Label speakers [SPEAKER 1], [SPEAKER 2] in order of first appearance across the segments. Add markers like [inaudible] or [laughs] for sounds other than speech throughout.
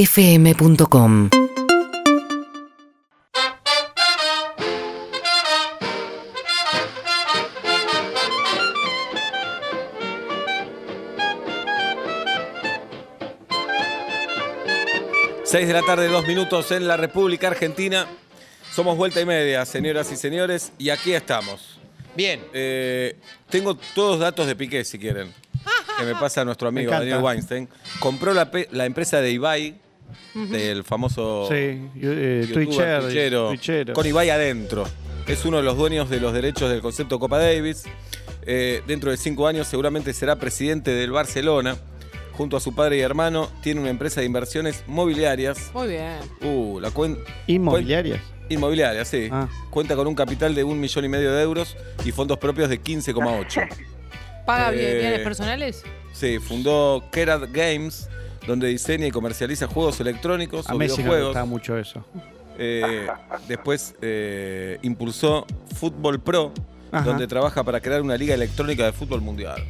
[SPEAKER 1] urbanaplayfm.com
[SPEAKER 2] Seis de la tarde, dos minutos en la República Argentina. Somos vuelta y media, señoras y señores, y aquí estamos.
[SPEAKER 3] Bien.
[SPEAKER 2] Eh, tengo todos datos de Piqué, si quieren, que me pasa nuestro amigo
[SPEAKER 4] encanta.
[SPEAKER 2] Daniel Weinstein. Compró la, pe- la empresa de Ibai, del famoso
[SPEAKER 4] Sí, yo- eh,
[SPEAKER 2] youtuber,
[SPEAKER 4] Twitcher,
[SPEAKER 2] twitchero,
[SPEAKER 4] Twitchero.
[SPEAKER 2] con Ibai adentro. Es uno de los dueños de los derechos del concepto Copa Davis. Eh, dentro de cinco años seguramente será presidente del Barcelona. Junto a su padre y hermano, tiene una empresa de inversiones mobiliarias.
[SPEAKER 5] Muy bien.
[SPEAKER 2] Uh, la cuenta...
[SPEAKER 4] Inmobiliarias.
[SPEAKER 2] Inmobiliaria, sí.
[SPEAKER 4] Ah.
[SPEAKER 2] Cuenta con un capital de un millón y medio de euros y fondos propios de
[SPEAKER 4] [laughs]
[SPEAKER 2] 15,8.
[SPEAKER 5] ¿Paga
[SPEAKER 2] Eh,
[SPEAKER 5] bien bienes personales?
[SPEAKER 2] Sí, fundó Kerat Games, donde diseña y comercializa juegos electrónicos
[SPEAKER 4] A
[SPEAKER 2] o
[SPEAKER 4] Messi no le
[SPEAKER 2] videojuegos.
[SPEAKER 4] gustaba mucho eso.
[SPEAKER 2] Eh, después eh, impulsó Fútbol Pro,
[SPEAKER 4] Ajá.
[SPEAKER 2] donde trabaja para crear una liga electrónica de fútbol mundial.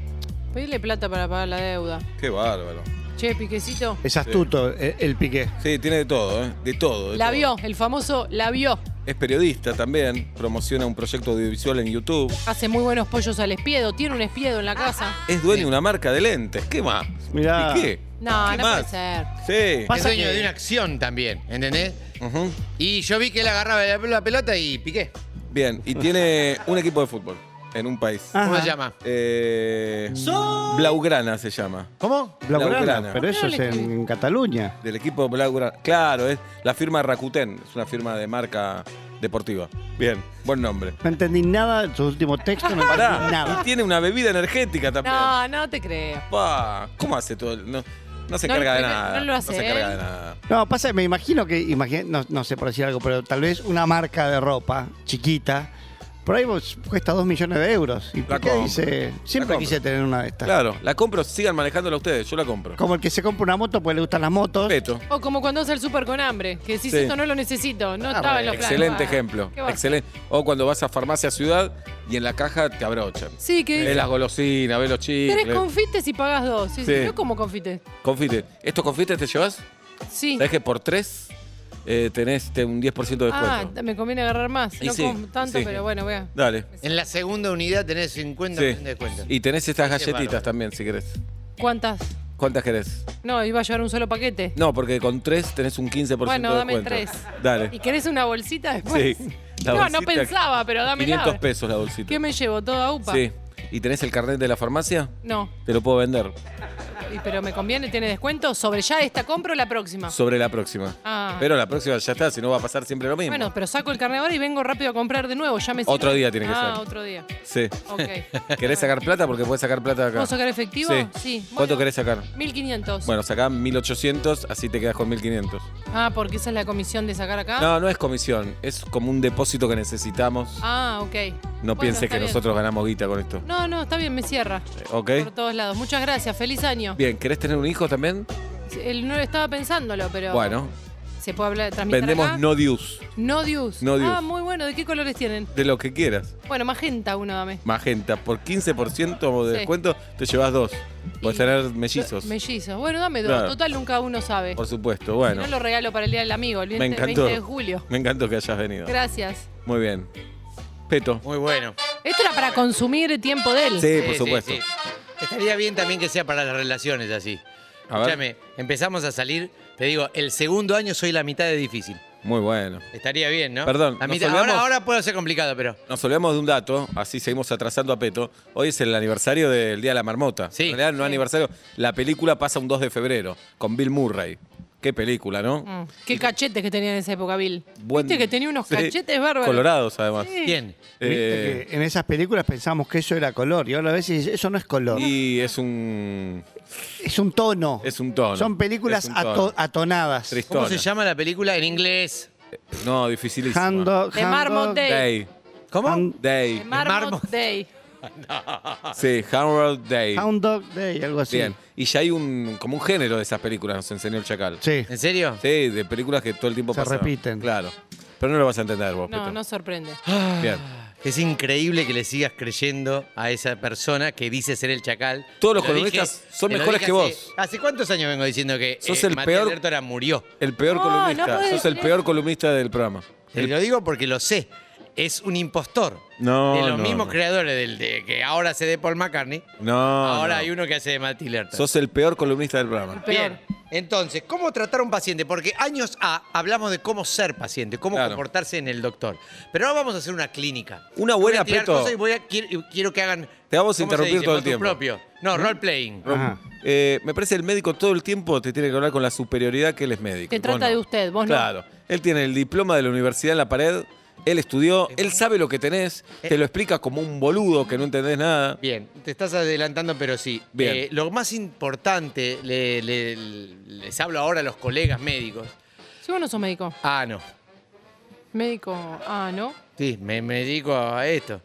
[SPEAKER 5] Pedirle plata para pagar la deuda.
[SPEAKER 2] Qué bárbaro.
[SPEAKER 5] Che, piquecito.
[SPEAKER 4] Es astuto eh, el piqué.
[SPEAKER 2] Sí, tiene de todo, ¿eh? De todo. de
[SPEAKER 5] La
[SPEAKER 2] todo.
[SPEAKER 5] vio, el famoso la vio.
[SPEAKER 2] Es periodista también, promociona un proyecto audiovisual en YouTube.
[SPEAKER 5] Hace muy buenos pollos al espiedo. Tiene un espiedo en la casa.
[SPEAKER 2] Es dueño de una marca de lentes. ¿Qué más?
[SPEAKER 4] Mirá.
[SPEAKER 2] ¿Y qué?
[SPEAKER 5] No,
[SPEAKER 2] ¿Qué
[SPEAKER 5] no
[SPEAKER 2] más?
[SPEAKER 5] puede ser.
[SPEAKER 2] Sí.
[SPEAKER 4] Pasa
[SPEAKER 3] es dueño
[SPEAKER 4] que-
[SPEAKER 3] de una acción también, ¿entendés?
[SPEAKER 2] Ujú.
[SPEAKER 3] Y yo vi que él agarraba la, la pelota y piqué.
[SPEAKER 2] Bien, y tiene un equipo de fútbol en un país.
[SPEAKER 4] Ah.
[SPEAKER 3] ¿Cómo
[SPEAKER 4] Ajá.
[SPEAKER 3] se llama?
[SPEAKER 2] Eh, Blaugrana se llama.
[SPEAKER 3] ¿Cómo?
[SPEAKER 4] Blaugrana,
[SPEAKER 2] Blaugrana.
[SPEAKER 4] pero eso es en, en Cataluña.
[SPEAKER 2] Del equipo Blaugrana. Claro, es la firma Rakuten. Es una firma de marca deportiva. Bien, buen nombre.
[SPEAKER 4] No entendí nada de su último texto, no entendí
[SPEAKER 2] Pará, y
[SPEAKER 4] nada.
[SPEAKER 2] tiene una bebida energética también.
[SPEAKER 5] No, no te creo.
[SPEAKER 2] Pa, ¿Cómo hace todo? el- No, no se
[SPEAKER 5] No,
[SPEAKER 2] encarga de
[SPEAKER 5] no,
[SPEAKER 2] nada.
[SPEAKER 5] no lo hace ¿eh?
[SPEAKER 2] se encarga
[SPEAKER 5] él.
[SPEAKER 2] de nada.
[SPEAKER 4] No, pasa, me imagino que, imagi- no, no sé por decir algo, pero tal vez una marca de ropa chiquita, por ahí vos, cuesta dos millones de euros. ¿Y
[SPEAKER 2] La
[SPEAKER 4] por qué
[SPEAKER 2] compro.
[SPEAKER 4] dice?
[SPEAKER 2] La
[SPEAKER 4] Siempre
[SPEAKER 2] compro.
[SPEAKER 4] quise tener una de estas.
[SPEAKER 2] Claro, la compro, sigan manejándola ustedes, yo la compro.
[SPEAKER 4] Como el que se compra una moto porque le gustan las motos.
[SPEAKER 2] Respeto.
[SPEAKER 5] O como cuando hace el súper con hambre, que decís
[SPEAKER 2] Sí.
[SPEAKER 5] esto no lo necesito, no estaba en los planes.
[SPEAKER 2] Excelente
[SPEAKER 5] Ah,
[SPEAKER 2] ejemplo.
[SPEAKER 5] ¿qué va a hacer?
[SPEAKER 2] Excelente. O cuando vas a farmacia ciudad y en la caja te abrochan.
[SPEAKER 5] Sí, que
[SPEAKER 2] Ves las golosinas, ves los chicles.
[SPEAKER 5] tres confites y pagas dos. Sí, sí.
[SPEAKER 2] Sí.
[SPEAKER 5] Yo como confites.
[SPEAKER 2] Confite. ¿Estos confites te llevas?
[SPEAKER 5] Sí.
[SPEAKER 2] ¿Sabés que por tres eh, tenés te- un 10% de descuento?
[SPEAKER 5] Ah, me conviene agarrar más.
[SPEAKER 2] Y
[SPEAKER 5] no
[SPEAKER 2] sí,
[SPEAKER 5] como tanto,
[SPEAKER 2] sí.
[SPEAKER 5] pero bueno, vea.
[SPEAKER 2] Dale.
[SPEAKER 3] En la segunda unidad tenés 50
[SPEAKER 2] Sí.
[SPEAKER 3] millones de cuentas.
[SPEAKER 2] Y tenés estas galletitas
[SPEAKER 3] bárbaro.
[SPEAKER 2] también, si querés.
[SPEAKER 5] ¿Cuántas?
[SPEAKER 2] ¿Cuántas querés?
[SPEAKER 5] No, iba a llevar un solo paquete.
[SPEAKER 2] No, porque con tres tenés un 15%
[SPEAKER 5] Bueno,
[SPEAKER 2] de
[SPEAKER 5] dame
[SPEAKER 2] descuento.
[SPEAKER 5] tres.
[SPEAKER 2] Dale.
[SPEAKER 5] ¿Y querés una bolsita después? [laughs]
[SPEAKER 2] Sí. La
[SPEAKER 5] No,
[SPEAKER 2] bolsita
[SPEAKER 5] no
[SPEAKER 2] que-
[SPEAKER 5] pensaba, pero dame
[SPEAKER 2] 500 pesos la bolsita.
[SPEAKER 5] ¿Qué me llevo? ¿Toda UPA?
[SPEAKER 2] Sí. ¿Y tenés el carnet de la farmacia?
[SPEAKER 5] No.
[SPEAKER 2] Te lo puedo vender.
[SPEAKER 5] Y- ¿Pero me conviene? ¿Tiene descuento? ¿Sobre ya esta compra o la próxima?
[SPEAKER 2] Sobre la próxima.
[SPEAKER 5] Ah.
[SPEAKER 2] Pero la próxima ya está, si no va a pasar siempre lo mismo.
[SPEAKER 5] Bueno, pero saco el carnet ahora y vengo rápido a comprar de nuevo. Ya me
[SPEAKER 2] Otro
[SPEAKER 5] sirve.
[SPEAKER 2] día tiene que
[SPEAKER 5] Ah,
[SPEAKER 2] ser. [laughs]
[SPEAKER 5] otro día.
[SPEAKER 2] Sí.
[SPEAKER 5] Ok.
[SPEAKER 2] ¿Querés sacar plata? Porque puedes sacar plata acá.
[SPEAKER 5] ¿Puedo sacar efectivo?
[SPEAKER 2] Sí.
[SPEAKER 5] Sí.
[SPEAKER 2] ¿Cuánto
[SPEAKER 5] Bueno.
[SPEAKER 2] querés sacar?
[SPEAKER 5] 1500.
[SPEAKER 2] Bueno, sacá 1800, así te quedas con 1500.
[SPEAKER 5] Ah, porque esa es la comisión de sacar acá.
[SPEAKER 2] No, no es comisión, es como un depósito que necesitamos.
[SPEAKER 5] Ah, ok.
[SPEAKER 2] no
[SPEAKER 5] Bueno,
[SPEAKER 2] pienses
[SPEAKER 5] está
[SPEAKER 2] que
[SPEAKER 5] bien.
[SPEAKER 2] nosotros ganamos guita con esto.
[SPEAKER 5] No, no, está bien, me cierra.
[SPEAKER 2] ¿Ok?
[SPEAKER 5] Por todos lados. Muchas gracias, feliz año.
[SPEAKER 2] Bien, ¿querés tener un hijo también?
[SPEAKER 5] Él no estaba pensándolo, pero.
[SPEAKER 2] Bueno,
[SPEAKER 5] ¿Se puede hablar, transmitir acá?
[SPEAKER 2] vendemos no dius,
[SPEAKER 5] No Dius.
[SPEAKER 2] No Dius.
[SPEAKER 5] Ah, muy bueno. ¿De qué colores tienen?
[SPEAKER 2] de lo que quieras.
[SPEAKER 5] Bueno, magenta uno dame.
[SPEAKER 2] Magenta, por 15% de
[SPEAKER 5] Sí.
[SPEAKER 2] descuento te llevas dos. Puedes
[SPEAKER 5] Y-
[SPEAKER 2] tener mellizos.
[SPEAKER 5] Mellizos. Bueno, dame dos.
[SPEAKER 2] Claro.
[SPEAKER 5] Total, nunca uno sabe.
[SPEAKER 2] Por supuesto,
[SPEAKER 5] Si
[SPEAKER 2] bueno.
[SPEAKER 5] no lo regalo para el Día del Amigo, el
[SPEAKER 2] Me
[SPEAKER 5] 20,
[SPEAKER 2] encantó.
[SPEAKER 5] 20 de julio.
[SPEAKER 2] Me encantó que hayas venido.
[SPEAKER 5] Gracias.
[SPEAKER 2] Muy bien. Peto.
[SPEAKER 3] Muy bueno.
[SPEAKER 5] Esto era para consumir el tiempo de él.
[SPEAKER 2] Sí, por supuesto.
[SPEAKER 3] sí. Estaría bien también que sea para las relaciones así.
[SPEAKER 2] A ver.
[SPEAKER 3] Escúchame, empezamos a salir, te digo, el segundo año soy la mitad de difícil.
[SPEAKER 2] Muy bueno.
[SPEAKER 3] Estaría bien, ¿no?
[SPEAKER 2] Perdón,
[SPEAKER 3] La
[SPEAKER 2] ¿nos
[SPEAKER 3] mitad-
[SPEAKER 2] olvidamos?
[SPEAKER 3] ahora, ahora puede ser complicado, pero.
[SPEAKER 2] Nos olvidamos de un dato, así seguimos atrasando a Peto. Hoy es el aniversario del Día de la Marmota.
[SPEAKER 3] Sí.
[SPEAKER 2] En realidad no aniversario. La película pasa un 2 de febrero con Bill Murray. Qué película, ¿no?
[SPEAKER 5] Mm. Qué cachetes que tenía en esa época, Bill.
[SPEAKER 2] Buen-
[SPEAKER 5] Viste que tenía unos
[SPEAKER 2] Sí.
[SPEAKER 5] cachetes bárbaros.
[SPEAKER 2] Colorados, además.
[SPEAKER 5] Sí.
[SPEAKER 3] Bien.
[SPEAKER 2] Eh,
[SPEAKER 4] Viste que en esas películas pensamos que eso era color y ahora a veces eso no es color,
[SPEAKER 2] y es un.
[SPEAKER 4] es un tono.
[SPEAKER 2] Es un tono.
[SPEAKER 4] Son películas
[SPEAKER 2] Es un tono.
[SPEAKER 4] ato- atonadas.
[SPEAKER 2] Tristón.
[SPEAKER 3] ¿Cómo
[SPEAKER 2] Tona.
[SPEAKER 3] se llama la película en inglés?
[SPEAKER 2] No, dificilísimo.
[SPEAKER 4] Hand Dog-
[SPEAKER 5] De
[SPEAKER 4] Hand
[SPEAKER 5] Marmot
[SPEAKER 4] Dog-
[SPEAKER 5] Day.
[SPEAKER 2] Day.
[SPEAKER 4] Hand-
[SPEAKER 5] De
[SPEAKER 2] Day.
[SPEAKER 5] Marmot
[SPEAKER 3] Marmot.
[SPEAKER 2] [laughs]
[SPEAKER 5] Day.
[SPEAKER 2] Sí, Harold Day.
[SPEAKER 4] Hound Dog Day, algo así.
[SPEAKER 2] Bien. Y ya hay un como un género de esas películas, nos enseñó el Chacal.
[SPEAKER 4] Sí.
[SPEAKER 3] ¿En serio?
[SPEAKER 2] Sí, de películas que todo el tiempo
[SPEAKER 4] Se
[SPEAKER 2] pasan.
[SPEAKER 4] repiten.
[SPEAKER 2] Claro. Pero no lo vas a entender vos,
[SPEAKER 5] No,
[SPEAKER 2] Peto.
[SPEAKER 5] no sorprende.
[SPEAKER 2] Bien.
[SPEAKER 3] Es increíble que le sigas creyendo a esa persona que dice ser el chacal.
[SPEAKER 2] Todos los
[SPEAKER 3] Te lo
[SPEAKER 2] columnistas
[SPEAKER 3] dije-
[SPEAKER 2] son
[SPEAKER 3] te lo
[SPEAKER 2] mejores
[SPEAKER 3] dije
[SPEAKER 2] que
[SPEAKER 3] hace-
[SPEAKER 2] vos.
[SPEAKER 3] ¿Hace cuántos años vengo diciendo que eh,
[SPEAKER 2] Sos el
[SPEAKER 3] Matías
[SPEAKER 2] peor-
[SPEAKER 3] Lertora murió?
[SPEAKER 2] El peor
[SPEAKER 5] No, no
[SPEAKER 2] columnista.
[SPEAKER 5] puede
[SPEAKER 2] Sos el
[SPEAKER 5] ser.
[SPEAKER 2] peor columnista del programa.
[SPEAKER 3] Te lo digo porque lo sé. Es un impostor.
[SPEAKER 2] No,
[SPEAKER 3] De los
[SPEAKER 2] no,
[SPEAKER 3] mismos
[SPEAKER 2] no.
[SPEAKER 3] creadores del de que ahora se dé Paul McCartney.
[SPEAKER 2] No.
[SPEAKER 3] ahora
[SPEAKER 2] no.
[SPEAKER 3] hay uno que hace de Mati Lertora.
[SPEAKER 2] Sos el peor columnista del programa.
[SPEAKER 5] Peor.
[SPEAKER 3] Bien. Entonces, ¿cómo tratar a un paciente? Porque años A hablamos de cómo ser paciente, cómo
[SPEAKER 2] Claro.
[SPEAKER 3] comportarse en el doctor. Pero ahora vamos a hacer una clínica.
[SPEAKER 2] Una
[SPEAKER 3] Voy
[SPEAKER 2] buena,
[SPEAKER 3] a tirar
[SPEAKER 2] Peto.
[SPEAKER 3] cosas y voy a- quiero, y quiero que hagan.
[SPEAKER 2] Te vamos a
[SPEAKER 3] ¿cómo se
[SPEAKER 2] interrumpir
[SPEAKER 3] dice?
[SPEAKER 2] todo el
[SPEAKER 3] Motu
[SPEAKER 2] tiempo. ¿Mm?
[SPEAKER 3] propio. No, role playing.
[SPEAKER 4] Ajá.
[SPEAKER 2] Eh, me parece el médico todo el tiempo te tiene que hablar con la superioridad que él es médico.
[SPEAKER 5] Te
[SPEAKER 2] Vos
[SPEAKER 5] trata
[SPEAKER 2] no.
[SPEAKER 5] de usted, vos no.
[SPEAKER 2] Claro. Él tiene el diploma de la universidad en la pared, él estudió, él sabe lo que tenés, te lo explica como un boludo que no entendés nada.
[SPEAKER 3] Bien, te estás adelantando, pero sí.
[SPEAKER 2] Bien.
[SPEAKER 3] Eh, lo más importante, le- le- les hablo ahora a los colegas médicos.
[SPEAKER 5] Si vos no sos médico.
[SPEAKER 3] Ah, no.
[SPEAKER 5] Médico, ah, ¿no?
[SPEAKER 3] Sí, me, me dedico a esto.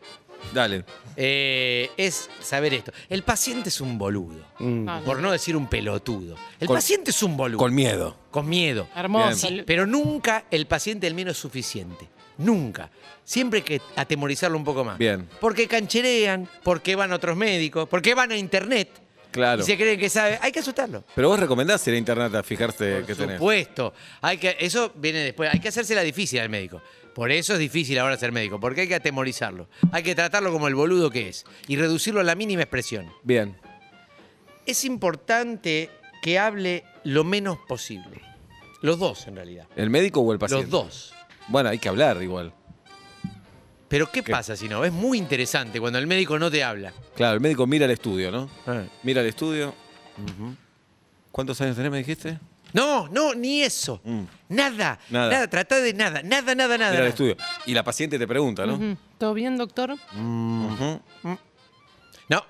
[SPEAKER 2] Dale.
[SPEAKER 3] Eh, es saber esto. El paciente es un boludo.
[SPEAKER 5] Ah,
[SPEAKER 3] Por no decir un pelotudo. El
[SPEAKER 2] Mm. Con-
[SPEAKER 3] paciente es un boludo.
[SPEAKER 2] Con miedo.
[SPEAKER 3] con miedo.
[SPEAKER 5] Ah, Hermoso.
[SPEAKER 2] Bien.
[SPEAKER 3] Pero nunca el paciente del miedo es suficiente. Nunca. Siempre hay que atemorizarlo un poco más.
[SPEAKER 2] Bien.
[SPEAKER 3] Porque cancherean, porque van otros médicos, porque van a internet
[SPEAKER 2] Claro.
[SPEAKER 3] y se creen que sabe. Hay que asustarlo.
[SPEAKER 2] Pero vos recomendás ir a internet a fijarte
[SPEAKER 3] Por
[SPEAKER 2] Eh, qué tenés.
[SPEAKER 3] supuesto. Hay que, eso viene después. Hay que hacérsela difícil al médico. Por eso es difícil ahora ser médico, porque hay que atemorizarlo. Hay que tratarlo como el boludo que es y reducirlo a la mínima expresión.
[SPEAKER 2] Bien.
[SPEAKER 3] Es importante que hable lo menos posible. Los dos, en realidad.
[SPEAKER 2] ¿El médico o el paciente?
[SPEAKER 3] Los dos.
[SPEAKER 2] Bueno, hay que hablar igual.
[SPEAKER 3] Pero ¿qué,
[SPEAKER 2] ¿Qué?
[SPEAKER 3] pasa si no? Es muy interesante cuando el médico no te habla.
[SPEAKER 2] Claro, el médico mira el estudio, ¿no? Mira el estudio. ¿Cuántos años tenés, me dijiste?
[SPEAKER 3] No, no, ni eso.
[SPEAKER 2] Mm.
[SPEAKER 3] Nada,
[SPEAKER 2] Nada.
[SPEAKER 3] nada. Tratá de nada. Nada, nada, nada.
[SPEAKER 2] Mira el
[SPEAKER 3] nada.
[SPEAKER 2] estudio. Y la paciente te pregunta, ¿no?
[SPEAKER 5] Ujú. Mm. ¿Todo bien, doctor?
[SPEAKER 2] Ujú.
[SPEAKER 3] No.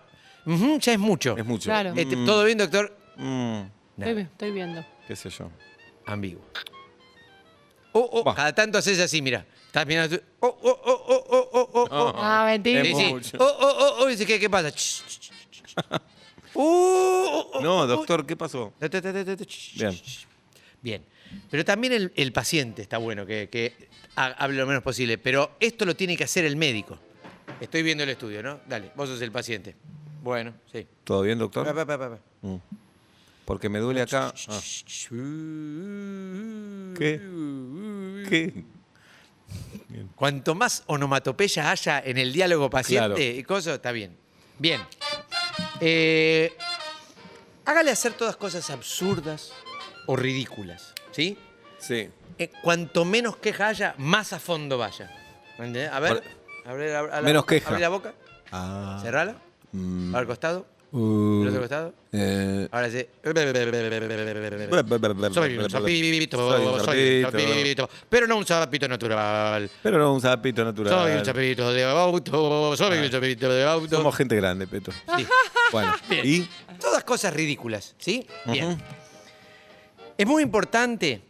[SPEAKER 3] Ujú, ya es mucho.
[SPEAKER 2] Es mucho.
[SPEAKER 5] Claro.
[SPEAKER 3] Este,
[SPEAKER 2] Mm,
[SPEAKER 3] ¿Todo bien, doctor?
[SPEAKER 2] mm,
[SPEAKER 3] Nada.
[SPEAKER 5] Estoy, vi- estoy viendo.
[SPEAKER 2] ¿Qué sé yo?
[SPEAKER 3] Ambiguo. Oh, oh,
[SPEAKER 2] Va.
[SPEAKER 3] cada tanto haces así, mira. Estás mirando. tu- Oh, oh, oh, oh, oh, oh, oh, oh.
[SPEAKER 5] Ah, mentira.
[SPEAKER 2] es
[SPEAKER 3] Sí, sí.
[SPEAKER 2] mucho.
[SPEAKER 3] Oh, oh, oh, oh. Dice, ¿qué, qué pasa? Ch, ch, ch, ch, ch. Uh, oh, oh,
[SPEAKER 2] No,
[SPEAKER 3] oh,
[SPEAKER 2] doctor, ¿qué pasó?
[SPEAKER 3] Ta, ta, ta, ta, ta, ta, ch,
[SPEAKER 2] Bien.
[SPEAKER 3] ch, ch. Bien. Pero también el, el paciente está bueno que, que ha- hable lo menos posible. Pero esto lo tiene que hacer el médico. Estoy viendo el estudio, ¿no? Dale, vos sos el paciente. Bueno, sí. Ah.
[SPEAKER 2] ¿Todo bien,
[SPEAKER 3] Pa,
[SPEAKER 2] doctor?
[SPEAKER 3] pa, pa, pa, pa.
[SPEAKER 2] Porque me duele acá. Ah, ¿Qué? ¿Qué?
[SPEAKER 3] Cuanto más onomatopeya haya en el diálogo paciente
[SPEAKER 2] Claro.
[SPEAKER 3] y cosas, está bien. Bien. Eh, hágale hacer todas cosas absurdas o ridículas, ¿sí?
[SPEAKER 2] Sí.
[SPEAKER 3] Eh, cuanto menos queja haya, más a fondo vaya. ¿Me entendés? A ver. abre la- a la-
[SPEAKER 2] Menos queja. Ah. Mm.
[SPEAKER 3] Abre la boca. Cerrala. Ahora al costado.
[SPEAKER 2] Uh.
[SPEAKER 3] al otro costado.
[SPEAKER 2] Eh,
[SPEAKER 3] Ahora sí. Soy
[SPEAKER 2] Soy
[SPEAKER 3] un sapito,
[SPEAKER 2] un
[SPEAKER 3] soy un
[SPEAKER 2] sapito.
[SPEAKER 3] sapito, pero no un sapito natural.
[SPEAKER 2] Pero no un sapito
[SPEAKER 3] Soy un
[SPEAKER 2] natural.
[SPEAKER 3] sapito de auto, soy un sapito de auto.
[SPEAKER 2] Ah. Somos gente grande,
[SPEAKER 3] [laughs]
[SPEAKER 2] Peto.
[SPEAKER 3] Sí.
[SPEAKER 2] Bueno, ¿y?
[SPEAKER 3] Todas cosas ridículas, ¿sí? Bien.
[SPEAKER 2] Ujú.
[SPEAKER 3] Es muy importante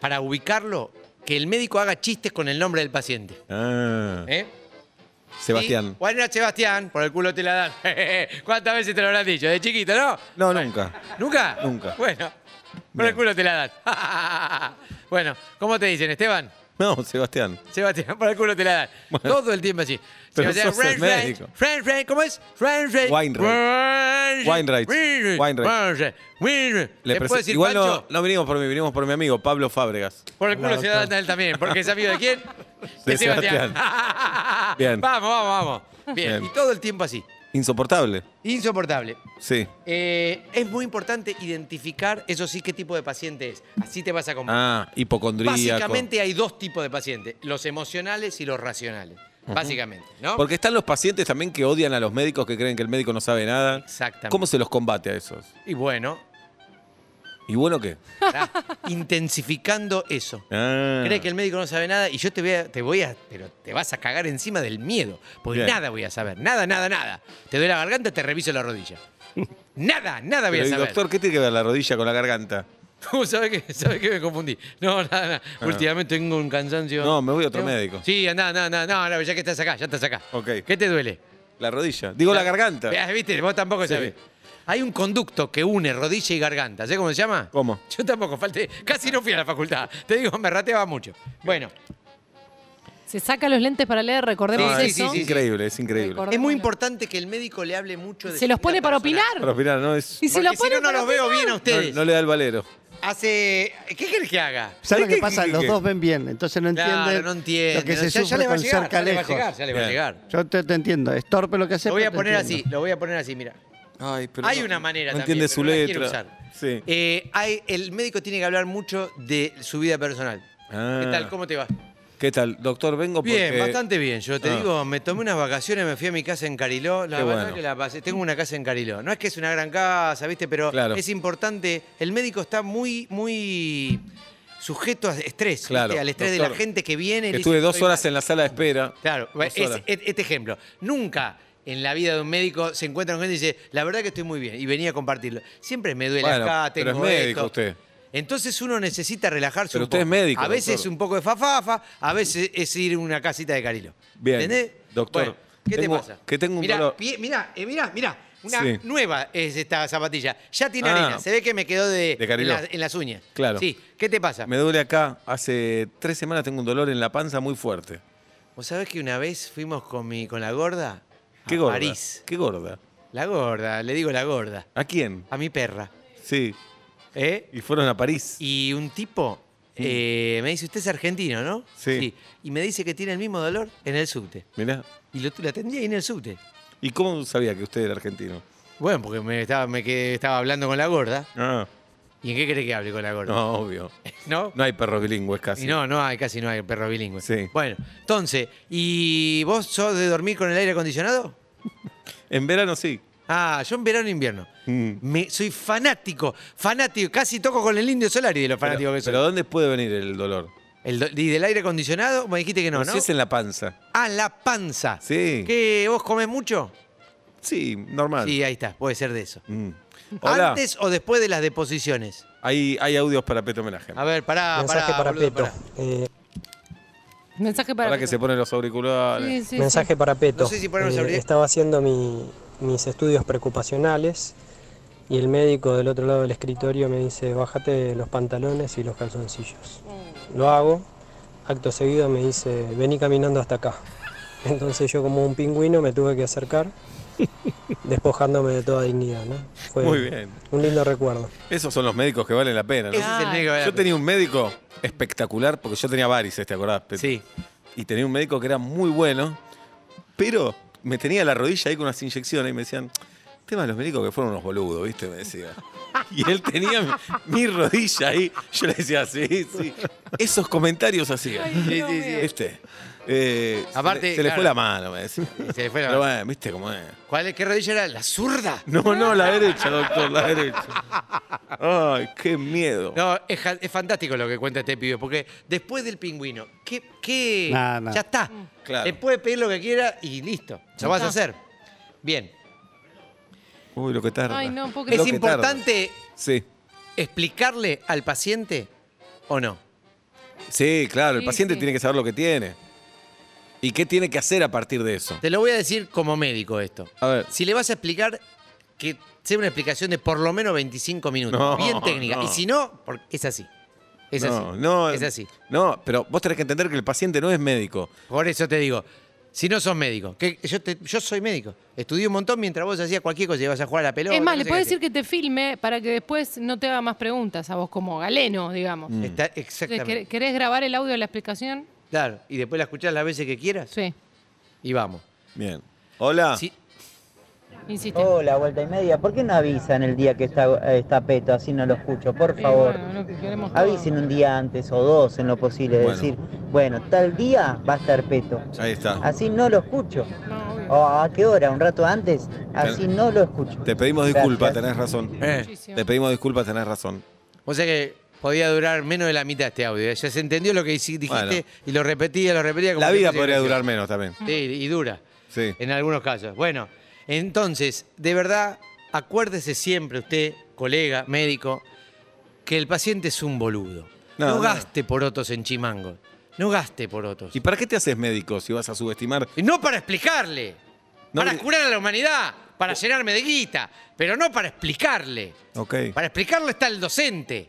[SPEAKER 3] para ubicarlo que el médico haga chistes con el nombre del paciente.
[SPEAKER 2] Ah,
[SPEAKER 3] ¿eh?
[SPEAKER 2] Sebastián.
[SPEAKER 3] Sí. Bueno, Sebastián, por el culo te la dan. [laughs] ¿Cuántas veces te lo habrán dicho? De chiquito, ¿no?
[SPEAKER 2] No, nunca.
[SPEAKER 3] ¿Nunca?
[SPEAKER 2] Nunca.
[SPEAKER 3] Bueno, por
[SPEAKER 2] Bien.
[SPEAKER 3] el culo te la dan. [laughs] bueno, ¿cómo te dicen, Esteban?
[SPEAKER 2] No, Sebastián.
[SPEAKER 3] Sebastián, por el culo te la dan. Todo el tiempo así.
[SPEAKER 2] Pero
[SPEAKER 3] Sebastián,
[SPEAKER 2] sos el
[SPEAKER 3] French fries,
[SPEAKER 2] médico.
[SPEAKER 3] French fries, ¿cómo es? French fries.
[SPEAKER 2] Wainwright. Wainwright. Wainwright.
[SPEAKER 3] Wainwright. Wainwright.
[SPEAKER 2] Le
[SPEAKER 3] ¿Le
[SPEAKER 2] presen-
[SPEAKER 3] puedo decir
[SPEAKER 2] Igual no-
[SPEAKER 3] Pancho?
[SPEAKER 2] no, vinimos por mí, vinimos por mi amigo Pablo Fábregas.
[SPEAKER 3] Por el culo se la dan a él también, porque es amigo de quién?
[SPEAKER 2] De Sebastián.
[SPEAKER 3] [laughs]
[SPEAKER 2] Bien.
[SPEAKER 3] Vamos, vamos, vamos.
[SPEAKER 2] Bien.
[SPEAKER 3] Bien. Y todo el tiempo así.
[SPEAKER 2] Insoportable.
[SPEAKER 3] Insoportable.
[SPEAKER 2] Sí.
[SPEAKER 3] Eh, es muy importante identificar, eso sí, qué tipo de paciente es. Así te vas a comprar.
[SPEAKER 2] Ah, hipocondríaco.
[SPEAKER 3] Básicamente hay dos tipos de pacientes, los emocionales y los racionales. Básicamente, ¿no?
[SPEAKER 2] Porque están los pacientes también que odian a los médicos, que creen que el médico no sabe nada.
[SPEAKER 3] Exactamente.
[SPEAKER 2] ¿Cómo se los combate a esos?
[SPEAKER 3] Y bueno,
[SPEAKER 2] ¿Y bueno qué? [laughs]
[SPEAKER 3] pará, intensificando eso.
[SPEAKER 2] Ah,
[SPEAKER 3] Crees que el médico no sabe nada y yo te voy a, te voy a, pero te vas a cagar encima del miedo, porque
[SPEAKER 2] Bien.
[SPEAKER 3] nada voy a saber, nada, nada, nada. Te doy la garganta, te reviso
[SPEAKER 2] [laughs]
[SPEAKER 3] la rodilla. Nada, nada voy
[SPEAKER 2] Pero,
[SPEAKER 3] a
[SPEAKER 2] ¿y
[SPEAKER 3] saber.
[SPEAKER 2] doctor, ¿qué tiene que ver la rodilla con la garganta?
[SPEAKER 3] [laughs] ¿Cómo sabes que, Uh, sabe que me confundí? No, nada, nada. Últimamente tengo un cansancio.
[SPEAKER 2] Ah. No, me voy a otro
[SPEAKER 3] Tengo-
[SPEAKER 2] médico.
[SPEAKER 3] Sí, andá, andá, andá. No, no, ya que estás acá, ya estás acá.
[SPEAKER 2] Ok.
[SPEAKER 3] ¿Qué te duele?
[SPEAKER 2] La rodilla. Digo la, garganta.
[SPEAKER 3] Ah, Viste, vos tampoco
[SPEAKER 2] Sí.
[SPEAKER 3] sabés. Hay un conducto que une rodilla y garganta. ¿Sabés cómo se llama?
[SPEAKER 2] ¿Cómo?
[SPEAKER 3] Yo tampoco falté. Casi no fui a la facultad. Te digo, me rateaba mucho. Bueno,
[SPEAKER 5] Se saca los lentes para leer, recordemos
[SPEAKER 2] No,
[SPEAKER 3] Sí,
[SPEAKER 2] Ah, es
[SPEAKER 5] eso.
[SPEAKER 3] sí, sí, sí.
[SPEAKER 2] increíble, es increíble.
[SPEAKER 5] Recordemos.
[SPEAKER 3] Es muy importante que el médico le hable mucho de
[SPEAKER 5] Se los
[SPEAKER 3] cierta
[SPEAKER 5] pone para
[SPEAKER 3] persona.
[SPEAKER 5] opinar.
[SPEAKER 2] Pero mirá, no es.
[SPEAKER 5] Y se los pone
[SPEAKER 3] Porque si no, no
[SPEAKER 5] para
[SPEAKER 3] los veo
[SPEAKER 5] opinar.
[SPEAKER 3] bien a
[SPEAKER 2] No,
[SPEAKER 3] ustedes.
[SPEAKER 2] no le da el valero.
[SPEAKER 3] Hace. ¿Qué querés que haga?
[SPEAKER 4] ¿Sabes lo
[SPEAKER 2] ¿Qué-
[SPEAKER 4] que pasa?
[SPEAKER 2] qué-
[SPEAKER 4] Los
[SPEAKER 2] qué?
[SPEAKER 4] dos ven bien, entonces no entienden
[SPEAKER 3] Claro, no entiendo.
[SPEAKER 4] lo que
[SPEAKER 3] ya,
[SPEAKER 4] se
[SPEAKER 3] ya
[SPEAKER 4] sufre
[SPEAKER 3] les va a
[SPEAKER 4] con
[SPEAKER 3] llegar,
[SPEAKER 4] cerca
[SPEAKER 3] ya les va a
[SPEAKER 4] lejos.
[SPEAKER 3] llegar, ya les va a
[SPEAKER 2] Bien.
[SPEAKER 3] llegar.
[SPEAKER 4] Yo te, te entiendo, es torpe lo que hace.
[SPEAKER 3] Lo voy
[SPEAKER 4] pero
[SPEAKER 3] a
[SPEAKER 4] te
[SPEAKER 3] poner así,
[SPEAKER 4] entiendo.
[SPEAKER 3] lo voy a poner así, mira.
[SPEAKER 2] Ay, pero
[SPEAKER 3] hay
[SPEAKER 2] no-
[SPEAKER 3] una manera
[SPEAKER 2] no
[SPEAKER 3] también,
[SPEAKER 2] entiende
[SPEAKER 3] pero
[SPEAKER 2] su
[SPEAKER 3] no la quiero
[SPEAKER 2] letra.
[SPEAKER 3] usar.
[SPEAKER 2] Sí.
[SPEAKER 3] Eh, hay- el médico tiene que hablar mucho de su vida personal.
[SPEAKER 2] Ah.
[SPEAKER 3] ¿Qué tal? ¿Cómo te va?
[SPEAKER 2] ¿Qué tal? Doctor, vengo porque.
[SPEAKER 3] Bien, bastante bien. Yo te
[SPEAKER 2] Ah.
[SPEAKER 3] digo, me tomé unas vacaciones, me fui a mi casa en Cariló. La
[SPEAKER 2] Qué
[SPEAKER 3] verdad
[SPEAKER 2] bueno.
[SPEAKER 3] que la pasé. Tengo una casa en Cariló. No es que es una gran casa, ¿viste? Pero
[SPEAKER 2] Claro.
[SPEAKER 3] es importante. El médico está muy, muy sujeto a estrés, ¿viste?
[SPEAKER 2] Claro,
[SPEAKER 3] al estrés de la
[SPEAKER 2] doctor.
[SPEAKER 3] gente que viene.
[SPEAKER 2] que
[SPEAKER 3] le
[SPEAKER 2] estuve
[SPEAKER 3] dice,
[SPEAKER 2] dos
[SPEAKER 3] "Estoy
[SPEAKER 2] horas
[SPEAKER 3] mal".
[SPEAKER 2] en la sala de espera.
[SPEAKER 3] Claro,
[SPEAKER 2] Dos
[SPEAKER 3] es-
[SPEAKER 2] horas.
[SPEAKER 3] et- este ejemplo. Nunca en la vida de un médico se encuentra con gente y dice, la verdad que estoy muy bien, y venía a compartirlo. Siempre me duele
[SPEAKER 2] Bueno,
[SPEAKER 3] acá,
[SPEAKER 2] pero
[SPEAKER 3] tengo
[SPEAKER 2] es médico
[SPEAKER 3] esto.
[SPEAKER 2] usted.
[SPEAKER 3] Entonces uno necesita relajarse
[SPEAKER 2] Pero
[SPEAKER 3] un
[SPEAKER 2] usted
[SPEAKER 3] poco.
[SPEAKER 2] es médico,
[SPEAKER 3] A veces
[SPEAKER 2] doctor.
[SPEAKER 3] un poco de fafafa, a veces es ir a una casita de carilo.
[SPEAKER 2] Bien,
[SPEAKER 3] ¿Entendés?
[SPEAKER 2] doctor,
[SPEAKER 3] Bueno, ¿qué
[SPEAKER 2] tengo-
[SPEAKER 3] te pasa?
[SPEAKER 2] que tengo un
[SPEAKER 3] mirá,
[SPEAKER 2] dolor.
[SPEAKER 3] pie- mirá, eh, mirá, mirá. Una
[SPEAKER 2] Sí.
[SPEAKER 3] nueva es esta zapatilla. Ya tiene
[SPEAKER 2] Ah.
[SPEAKER 3] harina. Se ve que me quedó de,
[SPEAKER 2] De Cariló.
[SPEAKER 3] En, la- en las uñas.
[SPEAKER 2] Claro.
[SPEAKER 3] Sí. ¿Qué te pasa?
[SPEAKER 2] Me duele acá. Hace tres semanas tengo un dolor en la panza muy fuerte.
[SPEAKER 3] ¿Vos sabés que una vez fuimos con, mi, con la gorda
[SPEAKER 2] ¿Qué
[SPEAKER 3] a
[SPEAKER 2] gorda?
[SPEAKER 3] París?
[SPEAKER 2] ¿Qué gorda?
[SPEAKER 3] La gorda, le digo la gorda.
[SPEAKER 2] ¿A quién?
[SPEAKER 3] A mi perra.
[SPEAKER 2] Sí.
[SPEAKER 3] ¿eh?
[SPEAKER 2] Y fueron a París.
[SPEAKER 3] Y un tipo eh, me dice, usted es argentino, ¿no?
[SPEAKER 2] Sí.
[SPEAKER 3] Y me dice que tiene el mismo dolor en el subte.
[SPEAKER 2] Mirá.
[SPEAKER 3] Y lo, lo atendí ahí en el subte.
[SPEAKER 2] ¿Y cómo sabía que usted era argentino?
[SPEAKER 3] Bueno, porque me estaba, me quedé- estaba hablando con la gorda.
[SPEAKER 2] Ah,
[SPEAKER 3] ¿Y en qué cree que hable con la gorda?
[SPEAKER 2] no, obvio.
[SPEAKER 3] [laughs] ¿No?
[SPEAKER 2] No hay perros bilingües casi.
[SPEAKER 3] Y no, no hay, casi no hay perro bilingüe.
[SPEAKER 2] Sí.
[SPEAKER 3] Bueno, entonces, ¿y vos sos de dormir con el aire acondicionado?
[SPEAKER 2] En verano sí.
[SPEAKER 3] Ah, yo en verano e invierno.
[SPEAKER 2] Mm.
[SPEAKER 3] Me, soy fanático, fanático, casi toco con el indio Solari de lo fanático
[SPEAKER 2] Pero,
[SPEAKER 3] que soy.
[SPEAKER 2] pero ¿dónde puede venir el dolor?
[SPEAKER 3] El do- ¿Y del aire acondicionado? Me dijiste que no,
[SPEAKER 2] Pero
[SPEAKER 3] ¿no?
[SPEAKER 2] Si es en la panza.
[SPEAKER 3] Ah, la panza.
[SPEAKER 2] Sí.
[SPEAKER 3] ¿Qué? ¿Vos comés mucho?
[SPEAKER 2] Sí, normal.
[SPEAKER 3] Sí, ahí está, puede ser de eso.
[SPEAKER 2] Mm. Hola.
[SPEAKER 3] ¿Antes o después de las deposiciones?
[SPEAKER 2] Hay, hay audios para Peto Homenaje.
[SPEAKER 3] A ver, pará,
[SPEAKER 1] Mensaje
[SPEAKER 3] Ah, pará,
[SPEAKER 1] para
[SPEAKER 3] boludo,
[SPEAKER 1] Peto.
[SPEAKER 3] pará.
[SPEAKER 1] Eh,
[SPEAKER 5] Mensaje para.
[SPEAKER 2] Ahora que se ponen los auriculares.
[SPEAKER 5] Sí, sí, sí.
[SPEAKER 1] mensaje para Peto. Eh,
[SPEAKER 3] No sé si ponernos a abrir.
[SPEAKER 1] estaba haciendo mi- mis estudios preocupacionales y el médico del otro lado del escritorio me dice, bájate los pantalones y los calzoncillos.
[SPEAKER 5] Mm.
[SPEAKER 1] Lo hago. Acto seguido me dice, vení caminando hasta acá. [laughs] Entonces yo como un pingüino me tuve
[SPEAKER 5] [laughs]
[SPEAKER 1] que acercar, despojándome de toda dignidad. ¿no? Fue
[SPEAKER 2] Muy bien.
[SPEAKER 1] un lindo recuerdo.
[SPEAKER 2] Esos son los médicos que valen la pena. ¿no?
[SPEAKER 3] Ese es el médico. de la-
[SPEAKER 2] Yo tenía un médico espectacular, porque yo tenía varices, ¿te acordás? Peto?
[SPEAKER 3] Sí.
[SPEAKER 2] Y tenía un médico que era muy bueno, pero me tenía la rodilla ahí con unas inyecciones y me decían, tema de los médicos que fueron unos boludos, ¿viste? Me decía. Y él tenía mi, mi rodilla ahí. Yo le decía, sí, sí. Esos comentarios hacía.
[SPEAKER 5] Ay, Dios
[SPEAKER 3] Sí, sí,
[SPEAKER 5] mío.
[SPEAKER 2] ¿Viste? Eh, se
[SPEAKER 3] Aparte,
[SPEAKER 2] le- se le,
[SPEAKER 3] claro.
[SPEAKER 2] fue la mano, me decía.
[SPEAKER 3] Se le fue la
[SPEAKER 2] Pero
[SPEAKER 3] mano.
[SPEAKER 2] bueno, ¿viste cómo es?
[SPEAKER 3] ¿Cuál es? ¿Qué rodilla era? ¿La zurda?
[SPEAKER 2] No, no, la derecha, doctor, la derecha. Ay, qué miedo.
[SPEAKER 3] No, es, ja- es fantástico lo que cuenta este pibe, porque después del pingüino, ¿qué? qué?
[SPEAKER 4] Nah, nah.
[SPEAKER 3] Ya está.
[SPEAKER 2] Claro.
[SPEAKER 3] Le puede pedir lo que quiera y listo. Lo vas a hacer. Bien.
[SPEAKER 2] Uy, lo que tarda.
[SPEAKER 5] Ay, no, puedo
[SPEAKER 2] Lo
[SPEAKER 5] creer.
[SPEAKER 3] ¿Es
[SPEAKER 2] que tarda.
[SPEAKER 3] importante
[SPEAKER 2] Sí.
[SPEAKER 3] explicarle al paciente o no?
[SPEAKER 2] Sí, claro, el
[SPEAKER 5] Sí,
[SPEAKER 2] paciente
[SPEAKER 5] sí.
[SPEAKER 2] tiene que saber lo que tiene. ¿Y qué tiene que hacer a partir de eso?
[SPEAKER 3] Te lo voy a decir como médico esto.
[SPEAKER 2] A ver.
[SPEAKER 3] Si le vas a explicar, que sea una explicación de por lo menos 25 minutos.
[SPEAKER 2] No,
[SPEAKER 3] bien técnica.
[SPEAKER 2] no.
[SPEAKER 3] Y si no, por- es así. Es
[SPEAKER 2] no,
[SPEAKER 3] así.
[SPEAKER 2] no,
[SPEAKER 3] Es así.
[SPEAKER 2] No, pero vos tenés que entender que el paciente no es médico.
[SPEAKER 3] Por eso te digo, si no sos médico, que yo, te- yo soy médico. Estudié un montón mientras vos hacías cualquier cosa, ibas a jugar a la pelota.
[SPEAKER 5] Es más,
[SPEAKER 3] no
[SPEAKER 5] le
[SPEAKER 3] sé
[SPEAKER 5] puedo
[SPEAKER 3] qué
[SPEAKER 5] decir que te filme para que después no te haga más preguntas a vos, como galeno, digamos.
[SPEAKER 3] hacías. Está-
[SPEAKER 2] Mm.
[SPEAKER 5] Entonces,
[SPEAKER 3] Mm. exactamente.
[SPEAKER 5] ¿quer- ¿Querés grabar el audio de la explicación?
[SPEAKER 3] Claro, y después la escuchás las veces que quieras
[SPEAKER 5] Sí,
[SPEAKER 3] y vamos.
[SPEAKER 2] Bien. Hola.
[SPEAKER 3] Sí.
[SPEAKER 5] insiste.
[SPEAKER 6] Oh,
[SPEAKER 7] Hola, Oh, vuelta y media. ¿Por qué no avisan el día que está, está Peto? Así no lo escucho, por
[SPEAKER 5] Eh,
[SPEAKER 7] favor.
[SPEAKER 5] bueno, lo que queremos todos.
[SPEAKER 7] Avisen un día antes o dos en lo posible.
[SPEAKER 2] Bueno.
[SPEAKER 7] Decir, bueno, tal día va a estar Peto.
[SPEAKER 2] Ahí está.
[SPEAKER 7] Así no lo escucho.
[SPEAKER 5] No, obvio.
[SPEAKER 7] ¿O a qué hora? ¿Un rato antes? Así no lo escucho.
[SPEAKER 2] Te pedimos disculpas,
[SPEAKER 7] Gracias.
[SPEAKER 2] tenés razón.
[SPEAKER 3] Eh,
[SPEAKER 5] Muchísimo.
[SPEAKER 2] Te pedimos disculpas, tenés razón.
[SPEAKER 3] o sea que podía durar menos de la mitad este audio. ¿eh? Ya se entendió lo que hici- dijiste
[SPEAKER 2] Bueno.
[SPEAKER 3] y lo repetía, lo repetía. Como
[SPEAKER 2] La
[SPEAKER 3] si
[SPEAKER 2] vida
[SPEAKER 3] fuese
[SPEAKER 2] podría
[SPEAKER 3] gracioso.
[SPEAKER 2] durar menos también.
[SPEAKER 3] Sí, y dura.
[SPEAKER 2] Sí.
[SPEAKER 3] En algunos casos. Bueno, entonces, de verdad, acuérdese siempre usted, colega, médico, que el paciente es un boludo.
[SPEAKER 2] No,
[SPEAKER 3] No,
[SPEAKER 2] no.
[SPEAKER 3] gaste por otros en chimango. No gaste por otros.
[SPEAKER 2] ¿Y para qué te haces médico si vas a subestimar?
[SPEAKER 3] Y no para explicarle.
[SPEAKER 2] No,
[SPEAKER 3] para
[SPEAKER 2] porque-
[SPEAKER 3] curar a la humanidad. Para llenarme de guita. Pero no para explicarle.
[SPEAKER 2] Ok.
[SPEAKER 3] Para explicarle está el docente.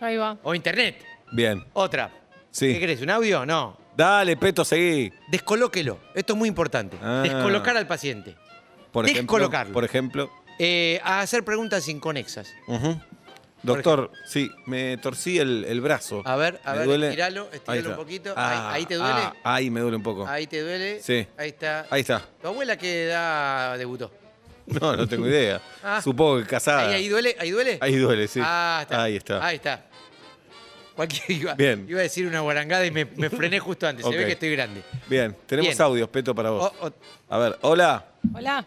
[SPEAKER 5] Ahí va.
[SPEAKER 3] O internet.
[SPEAKER 2] Bien.
[SPEAKER 3] Otra.
[SPEAKER 2] Sí.
[SPEAKER 3] ¿Qué querés? ¿Un audio? No.
[SPEAKER 2] Dale, Peto, seguí.
[SPEAKER 3] Descolóquelo. Esto es muy importante.
[SPEAKER 2] Ah.
[SPEAKER 3] Descolocar al paciente.
[SPEAKER 2] Por ejemplo,
[SPEAKER 3] Descolocarlo.
[SPEAKER 2] por ejemplo.
[SPEAKER 3] Eh, a hacer preguntas inconexas.
[SPEAKER 2] Ujú. Doctor, sí, me torcí el, el brazo.
[SPEAKER 3] A ver, a
[SPEAKER 2] Me
[SPEAKER 3] ver,
[SPEAKER 2] duele.
[SPEAKER 3] estiralo,
[SPEAKER 2] Ahí
[SPEAKER 3] estiralo un
[SPEAKER 2] está.
[SPEAKER 3] poquito.
[SPEAKER 2] Ah,
[SPEAKER 3] ahí, ahí te duele.
[SPEAKER 2] ah, ahí me duele un poco.
[SPEAKER 3] Ahí te duele.
[SPEAKER 2] Sí.
[SPEAKER 3] Ahí está.
[SPEAKER 2] Ahí está.
[SPEAKER 3] ¿Tu abuela qué edad debutó?
[SPEAKER 2] No, no tengo idea.
[SPEAKER 3] [laughs] Ah.
[SPEAKER 2] Supongo que casada.
[SPEAKER 3] Ahí, ahí duele, ahí duele.
[SPEAKER 2] Ahí duele, sí.
[SPEAKER 3] Ah, está.
[SPEAKER 2] Ahí está.
[SPEAKER 3] Ahí está. Cualquier- iba,
[SPEAKER 2] Bien.
[SPEAKER 3] iba a decir una guarangada y me, me frené justo antes. Se
[SPEAKER 2] Ok. Oh.
[SPEAKER 3] ve que estoy grande. Oh,
[SPEAKER 2] Bien, tenemos
[SPEAKER 3] Bien.
[SPEAKER 2] audios, Peto, para vos.
[SPEAKER 3] O- o-
[SPEAKER 2] A ver, hola.
[SPEAKER 5] Hola.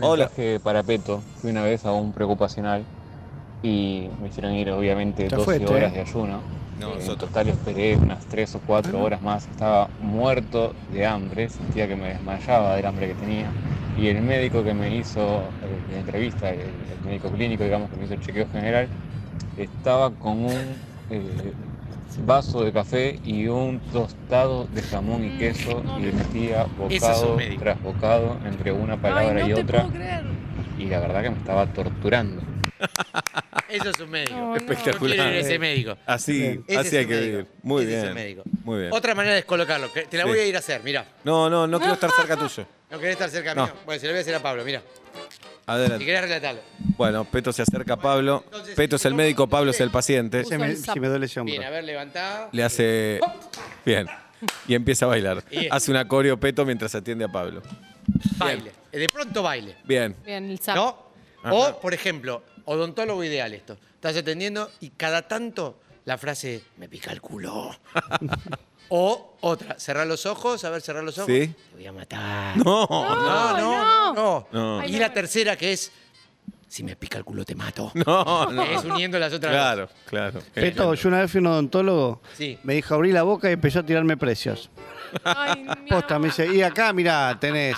[SPEAKER 2] Hola.
[SPEAKER 8] Mensaje para Peto. Fui una vez a un preocupacional y me hicieron ir, obviamente,
[SPEAKER 4] Ya
[SPEAKER 8] 12
[SPEAKER 4] fuiste,
[SPEAKER 8] horas
[SPEAKER 4] ¿eh?
[SPEAKER 8] de ayuno.
[SPEAKER 2] No,
[SPEAKER 8] en
[SPEAKER 2] nosotros.
[SPEAKER 8] total esperé unas 3 o
[SPEAKER 4] Ah.
[SPEAKER 8] 4 horas más. Estaba muerto de hambre, sentía que me desmayaba del hambre que tenía. Y el médico que me hizo eh, la entrevista, el, el médico clínico, digamos, que me hizo el chequeo general, estaba con un eh, vaso de café y un tostado de jamón y queso y le metía
[SPEAKER 3] Ese es un
[SPEAKER 8] bocado
[SPEAKER 3] médico.
[SPEAKER 8] tras bocado entre una
[SPEAKER 5] Ay,
[SPEAKER 8] palabra
[SPEAKER 5] no
[SPEAKER 8] y
[SPEAKER 5] te
[SPEAKER 8] otra
[SPEAKER 5] puedo creer.
[SPEAKER 8] y la verdad que me estaba torturando.
[SPEAKER 3] eso es un médico.
[SPEAKER 5] No, no.
[SPEAKER 3] No quiero ir a ese médico.
[SPEAKER 2] Así,
[SPEAKER 4] Bien.
[SPEAKER 3] Ese
[SPEAKER 2] así
[SPEAKER 3] es
[SPEAKER 2] hay
[SPEAKER 3] el
[SPEAKER 2] que
[SPEAKER 3] médico.
[SPEAKER 2] vivir. Muy
[SPEAKER 3] Ese es el
[SPEAKER 2] bien.
[SPEAKER 3] médico.
[SPEAKER 2] Muy bien.
[SPEAKER 3] Otra manera de descolocarlo. que Te la
[SPEAKER 2] Sí.
[SPEAKER 3] voy a ir a hacer, mirá.
[SPEAKER 2] No, no, no quiero estar cerca tuyo.
[SPEAKER 3] No querés estar cerca
[SPEAKER 2] No.
[SPEAKER 3] mío. Bueno, se lo voy a decir a Pablo, mirá. Si
[SPEAKER 2] Adelante.
[SPEAKER 3] querés relatarlo.
[SPEAKER 2] Bueno, Peto se acerca a Pablo.
[SPEAKER 3] entonces,
[SPEAKER 2] Peto es el
[SPEAKER 3] ¿cómo
[SPEAKER 2] médico,
[SPEAKER 3] hiciste?
[SPEAKER 2] Pablo es el paciente.
[SPEAKER 4] Se me- si me duele ese hombro.
[SPEAKER 3] Bien, a ver, levantá.
[SPEAKER 2] Le hace. Bien. Y empieza a bailar.
[SPEAKER 3] Bien.
[SPEAKER 2] Hace un acorio Peto mientras atiende a Pablo.
[SPEAKER 3] Baile. De pronto baile.
[SPEAKER 2] Bien.
[SPEAKER 5] Bien, el zap.
[SPEAKER 3] ¿No?
[SPEAKER 2] Ajá.
[SPEAKER 3] O, por ejemplo, odontólogo ideal esto. Estás atendiendo y cada tanto la frase, me pica
[SPEAKER 2] [laughs]
[SPEAKER 3] el culo. o otra, cerrar los ojos, a ver, cerrar los ojos.
[SPEAKER 2] Sí.
[SPEAKER 3] Te voy a matar.
[SPEAKER 2] No,
[SPEAKER 3] no, no.
[SPEAKER 5] no.
[SPEAKER 2] No.
[SPEAKER 3] Y la tercera que es, si me pica el culo te mato.
[SPEAKER 2] [laughs] no, no.
[SPEAKER 3] [laughs] Es uniendo las otras. dos.
[SPEAKER 2] Claro, claro.
[SPEAKER 4] Esto, yo una vez fui a un odontólogo,
[SPEAKER 3] Sí.
[SPEAKER 4] me dijo abrí la boca y empezó a tirarme precios.
[SPEAKER 3] [laughs]
[SPEAKER 5] Ay, mira.
[SPEAKER 4] Posta, me dice, y acá, mirá, tenés,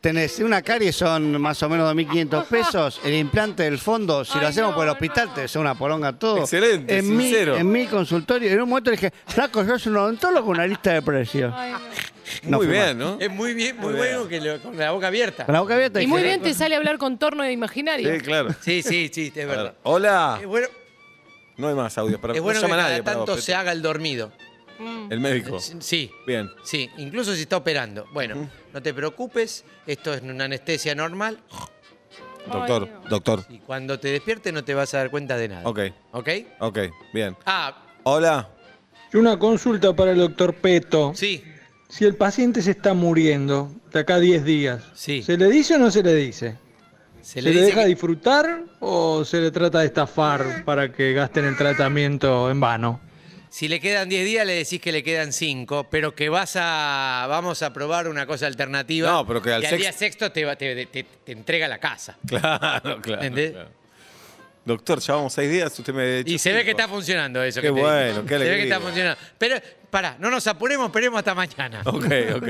[SPEAKER 4] tenés una carie, son más o menos 2.500 pesos. El implante del fondo, si lo
[SPEAKER 5] Ay,
[SPEAKER 4] hacemos por el
[SPEAKER 5] no,
[SPEAKER 4] hospital,
[SPEAKER 5] no.
[SPEAKER 4] te hace una poronga todo.
[SPEAKER 2] Excelente,
[SPEAKER 4] en mi,
[SPEAKER 2] sincero.
[SPEAKER 4] en mi consultorio, en un momento dije, flaco, yo soy un odontólogo con una lista de precios.
[SPEAKER 5] Ay, no.
[SPEAKER 4] No
[SPEAKER 2] Muy
[SPEAKER 4] fui
[SPEAKER 2] bien, ¿no?
[SPEAKER 3] Es muy bien, muy bueno que lo- con la boca abierta.
[SPEAKER 4] Con la boca abierta.
[SPEAKER 5] Y
[SPEAKER 4] dije,
[SPEAKER 5] muy bien te sale hablar con torno de imaginario.
[SPEAKER 2] Sí, claro.
[SPEAKER 3] Sí, sí, sí, es
[SPEAKER 2] A ver,
[SPEAKER 3] verdad.
[SPEAKER 2] Hola.
[SPEAKER 3] Es bueno,
[SPEAKER 2] No hay más audios para
[SPEAKER 3] es bueno
[SPEAKER 2] no
[SPEAKER 3] que
[SPEAKER 2] llama
[SPEAKER 3] cada
[SPEAKER 2] nadie para vos,
[SPEAKER 3] tanto
[SPEAKER 2] Peto.
[SPEAKER 3] se haga el dormido.
[SPEAKER 5] Mm.
[SPEAKER 2] El médico.
[SPEAKER 3] Sí.
[SPEAKER 2] Bien.
[SPEAKER 3] Sí, incluso si está operando. Bueno, no te preocupes, esto es una anestesia normal
[SPEAKER 2] Doctor,
[SPEAKER 5] Dios.
[SPEAKER 2] doctor.
[SPEAKER 3] y cuando te despiertes no te vas a dar cuenta de nada.
[SPEAKER 2] Ok,
[SPEAKER 3] ¿Ok?
[SPEAKER 2] ok, bien.
[SPEAKER 3] Ah,
[SPEAKER 2] Hola. [laughs]
[SPEAKER 9] Y una consulta para el doctor Peto.
[SPEAKER 3] sí.
[SPEAKER 9] Si el paciente se está muriendo de acá a 10 días,
[SPEAKER 3] Sí.
[SPEAKER 9] ¿se le dice o no se le dice?
[SPEAKER 3] Se
[SPEAKER 9] ¿Se
[SPEAKER 3] le
[SPEAKER 9] le,
[SPEAKER 3] dice
[SPEAKER 9] deja
[SPEAKER 3] que-
[SPEAKER 9] disfrutar o se le trata de estafar para que gasten el tratamiento en vano?
[SPEAKER 3] si le quedan 10 días le decís que le quedan 5, pero que vas a vamos a probar una cosa alternativa.
[SPEAKER 2] No, pero que al
[SPEAKER 3] y
[SPEAKER 2] sex-
[SPEAKER 3] día sexto te, va- te- te- te entrega la casa.
[SPEAKER 2] Claro, claro.
[SPEAKER 3] ¿Entendés?
[SPEAKER 2] claro. Doctor, llevamos seis días, usted me ha dicho
[SPEAKER 3] Y se ve que
[SPEAKER 2] cinco.
[SPEAKER 3] está funcionando eso.
[SPEAKER 2] Qué
[SPEAKER 3] que te dije.
[SPEAKER 2] bueno, qué
[SPEAKER 3] Se ve que
[SPEAKER 2] alegría.
[SPEAKER 3] está funcionando. Pero, pará, no nos apuremos, esperemos hasta mañana.
[SPEAKER 2] Ok,
[SPEAKER 3] [laughs]
[SPEAKER 2] ok.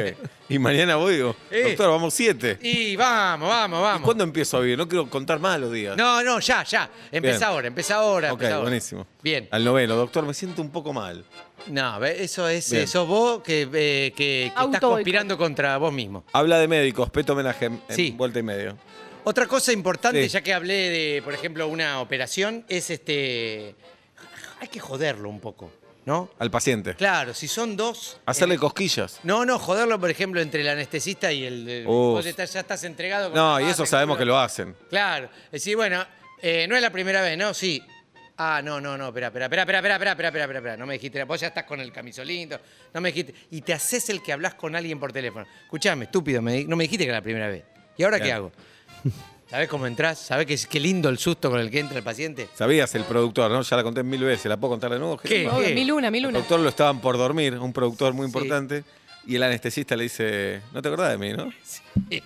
[SPEAKER 2] Y mañana voy, digo,
[SPEAKER 3] Eh.
[SPEAKER 2] doctor, vamos siete.
[SPEAKER 3] Y vamos, vamos,
[SPEAKER 2] ¿Y
[SPEAKER 3] vamos.
[SPEAKER 2] ¿Cuándo empiezo a vivir? No quiero contar más los días.
[SPEAKER 3] No, no, ya, ya. Empieza
[SPEAKER 2] Bien.
[SPEAKER 3] ahora, empieza ahora.
[SPEAKER 2] ok,
[SPEAKER 3] empezá ahora.
[SPEAKER 2] buenísimo.
[SPEAKER 3] Bien.
[SPEAKER 2] Al noveno, doctor, me siento un poco mal.
[SPEAKER 3] No, ve, eso es,
[SPEAKER 2] Bien.
[SPEAKER 3] eh, sos vos que, eh, que- que estás
[SPEAKER 5] Auto-boicot.
[SPEAKER 3] conspirando contra vos mismo.
[SPEAKER 2] Habla de médicos, peto homenaje en
[SPEAKER 3] Sí.
[SPEAKER 2] vuelta y medio.
[SPEAKER 3] Otra cosa importante,
[SPEAKER 2] Sí.
[SPEAKER 3] ya que hablé de, por ejemplo, una operación, es este. Hay que joderlo un poco, ¿no?
[SPEAKER 2] Al paciente.
[SPEAKER 3] Claro, si son dos.
[SPEAKER 2] Hacerle
[SPEAKER 3] eh,
[SPEAKER 2] cosquillas.
[SPEAKER 3] no, no, joderlo, por ejemplo, entre el anestesista y el. el-
[SPEAKER 2] Uf.
[SPEAKER 3] vos estás- ya estás entregado. con
[SPEAKER 2] No,
[SPEAKER 3] la
[SPEAKER 2] y eso
[SPEAKER 3] pata,
[SPEAKER 2] sabemos que
[SPEAKER 3] culo.
[SPEAKER 2] lo hacen.
[SPEAKER 3] Claro. Decir, bueno, eh, no es la primera vez, ¿no? Sí. Ah, no, no, no, espera, espera, espera, espera, espera, espera, espera, espera, espera. No me dijiste, vos ya estás con el camisolito, no me dijiste. Y te haces el que hablas con alguien por teléfono. Escuchame, estúpido, me di- no me dijiste que era la primera vez. ¿Y ahora qué
[SPEAKER 2] Claro.
[SPEAKER 3] hago? ¿Sabés cómo entrás? ¿Sabés qué, es- qué lindo el susto con el que entra el paciente?
[SPEAKER 2] Sabías el productor, ¿no? Ya la conté mil veces, ¿la puedo contar de nuevo?
[SPEAKER 3] ¿Qué?
[SPEAKER 5] Obvio, Mil una, mil
[SPEAKER 2] El
[SPEAKER 5] una.
[SPEAKER 2] productor lo estaban por dormir, un productor muy
[SPEAKER 3] Sí.
[SPEAKER 2] importante, y el anestesista le dice, no te acordás de mí,
[SPEAKER 3] [laughs]
[SPEAKER 2] ¿no? [laughs]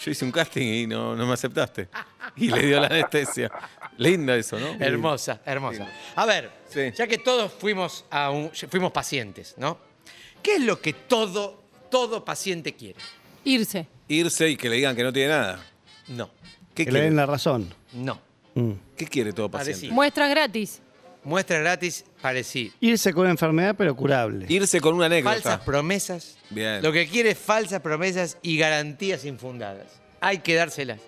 [SPEAKER 2] Yo hice un casting y no, no me aceptaste.
[SPEAKER 3] [laughs]
[SPEAKER 2] Y le dio la anestesia. Linda eso, ¿no?
[SPEAKER 3] Hermosa, hermosa. A ver,
[SPEAKER 2] Sí.
[SPEAKER 3] ya que todos fuimos, a un- fuimos pacientes, ¿no? ¿Qué es lo que todo, todo paciente quiere?
[SPEAKER 5] Irse.
[SPEAKER 2] Irse y que le digan que no tiene nada.
[SPEAKER 3] No,
[SPEAKER 2] ¿Qué
[SPEAKER 4] Que le den
[SPEAKER 2] quiere,
[SPEAKER 4] la razón.
[SPEAKER 3] no.
[SPEAKER 4] Mm.
[SPEAKER 2] ¿Qué quiere todo
[SPEAKER 3] decir.
[SPEAKER 2] paciente?
[SPEAKER 5] Muestras gratis.
[SPEAKER 3] Muestra gratis, parecí.
[SPEAKER 4] Irse con una enfermedad, pero curable.
[SPEAKER 2] Irse con una anécdota.
[SPEAKER 3] Falsas promesas.
[SPEAKER 2] Bien.
[SPEAKER 3] Lo que quiere es falsas promesas y garantías infundadas. Hay que dárselas.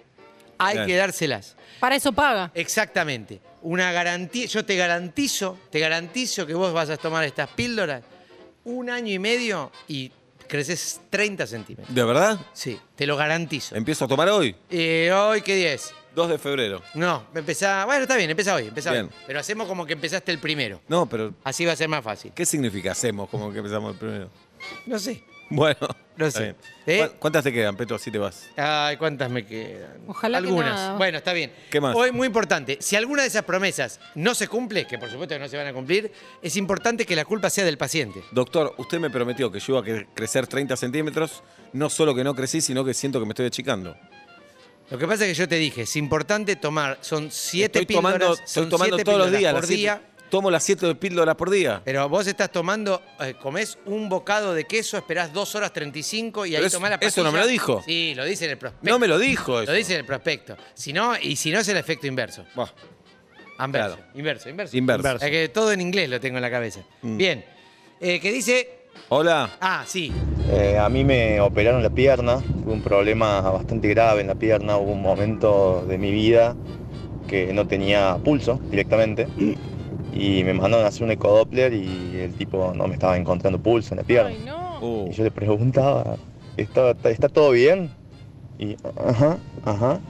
[SPEAKER 3] Hay
[SPEAKER 2] Bien.
[SPEAKER 3] que dárselas.
[SPEAKER 5] Para eso paga.
[SPEAKER 3] Exactamente. Una garantía. Yo te garantizo, te garantizo que vos vas a tomar estas píldoras un año y medio y creces 30 centímetros.
[SPEAKER 2] ¿De verdad?
[SPEAKER 3] Sí, te lo garantizo.
[SPEAKER 2] ¿Empiezo a tomar hoy?
[SPEAKER 3] Eh, hoy, ¿qué día es?
[SPEAKER 2] 2 de febrero.
[SPEAKER 3] No, empezá. Bueno, está bien, empieza hoy, empieza hoy.
[SPEAKER 2] Bien.
[SPEAKER 3] Pero hacemos como que empezaste el primero.
[SPEAKER 2] No, pero
[SPEAKER 3] Así va a ser más fácil.
[SPEAKER 2] ¿qué significa hacemos como que empezamos el primero? [laughs]
[SPEAKER 3] No sé.
[SPEAKER 2] Bueno,
[SPEAKER 3] No
[SPEAKER 2] está
[SPEAKER 3] sé.
[SPEAKER 2] bien.
[SPEAKER 3] ¿Eh?
[SPEAKER 2] ¿Cu- ¿Cuántas te quedan, Peto? Así te vas.
[SPEAKER 3] Ay, ¿cuántas me quedan?
[SPEAKER 5] Ojalá que
[SPEAKER 3] Algunas.
[SPEAKER 5] nada.
[SPEAKER 3] Bueno, está bien.
[SPEAKER 2] ¿Qué más?
[SPEAKER 3] Hoy, muy importante, si alguna de esas promesas no se cumple, que por supuesto que no se van a cumplir, es importante que la culpa sea del paciente.
[SPEAKER 2] Doctor, usted me prometió que yo iba a cre- crecer 30 centímetros. No solo que no crecí, sino que siento que me estoy achicando.
[SPEAKER 3] Lo que pasa es que yo te dije, es importante tomar, son siete
[SPEAKER 2] estoy
[SPEAKER 3] píldoras,
[SPEAKER 2] tomando,
[SPEAKER 3] son
[SPEAKER 2] estoy tomando
[SPEAKER 3] siete
[SPEAKER 2] todos los
[SPEAKER 3] píldoras
[SPEAKER 2] días.
[SPEAKER 3] por
[SPEAKER 2] las siete-
[SPEAKER 3] día, Eh,
[SPEAKER 2] tomo las 7 píldoras por día.
[SPEAKER 3] pero vos estás tomando, eh, comés un bocado de queso, esperás 2 horas 35 y ahí
[SPEAKER 2] Pero es-
[SPEAKER 3] tomás la pastilla.
[SPEAKER 2] eso no me lo dijo.
[SPEAKER 3] Sí, lo dice en el prospecto.
[SPEAKER 2] No me lo dijo eso.
[SPEAKER 3] Lo dice en el prospecto. Si no, y si no es el efecto inverso.
[SPEAKER 2] Buah,
[SPEAKER 3] Anverso.
[SPEAKER 2] Claro.
[SPEAKER 3] Inverso, inverso.
[SPEAKER 2] inverso. Mm.
[SPEAKER 4] Inverso.
[SPEAKER 3] Es que todo en inglés lo tengo en la cabeza. Bien. Eh, que dice.
[SPEAKER 2] Hola.
[SPEAKER 3] Ah, sí.
[SPEAKER 6] Eh, a mí me operaron la pierna, tuve un problema bastante grave en la pierna, hubo un momento de mi vida que no tenía pulso directamente
[SPEAKER 7] Mm.
[SPEAKER 6] y me mandaron a hacer un ecodoppler y el tipo no me estaba encontrando pulso en la pierna.
[SPEAKER 5] Ay, no.
[SPEAKER 2] Uh,
[SPEAKER 6] Y yo le preguntaba, ¿está, está- está todo bien? Y, ajá, ajá,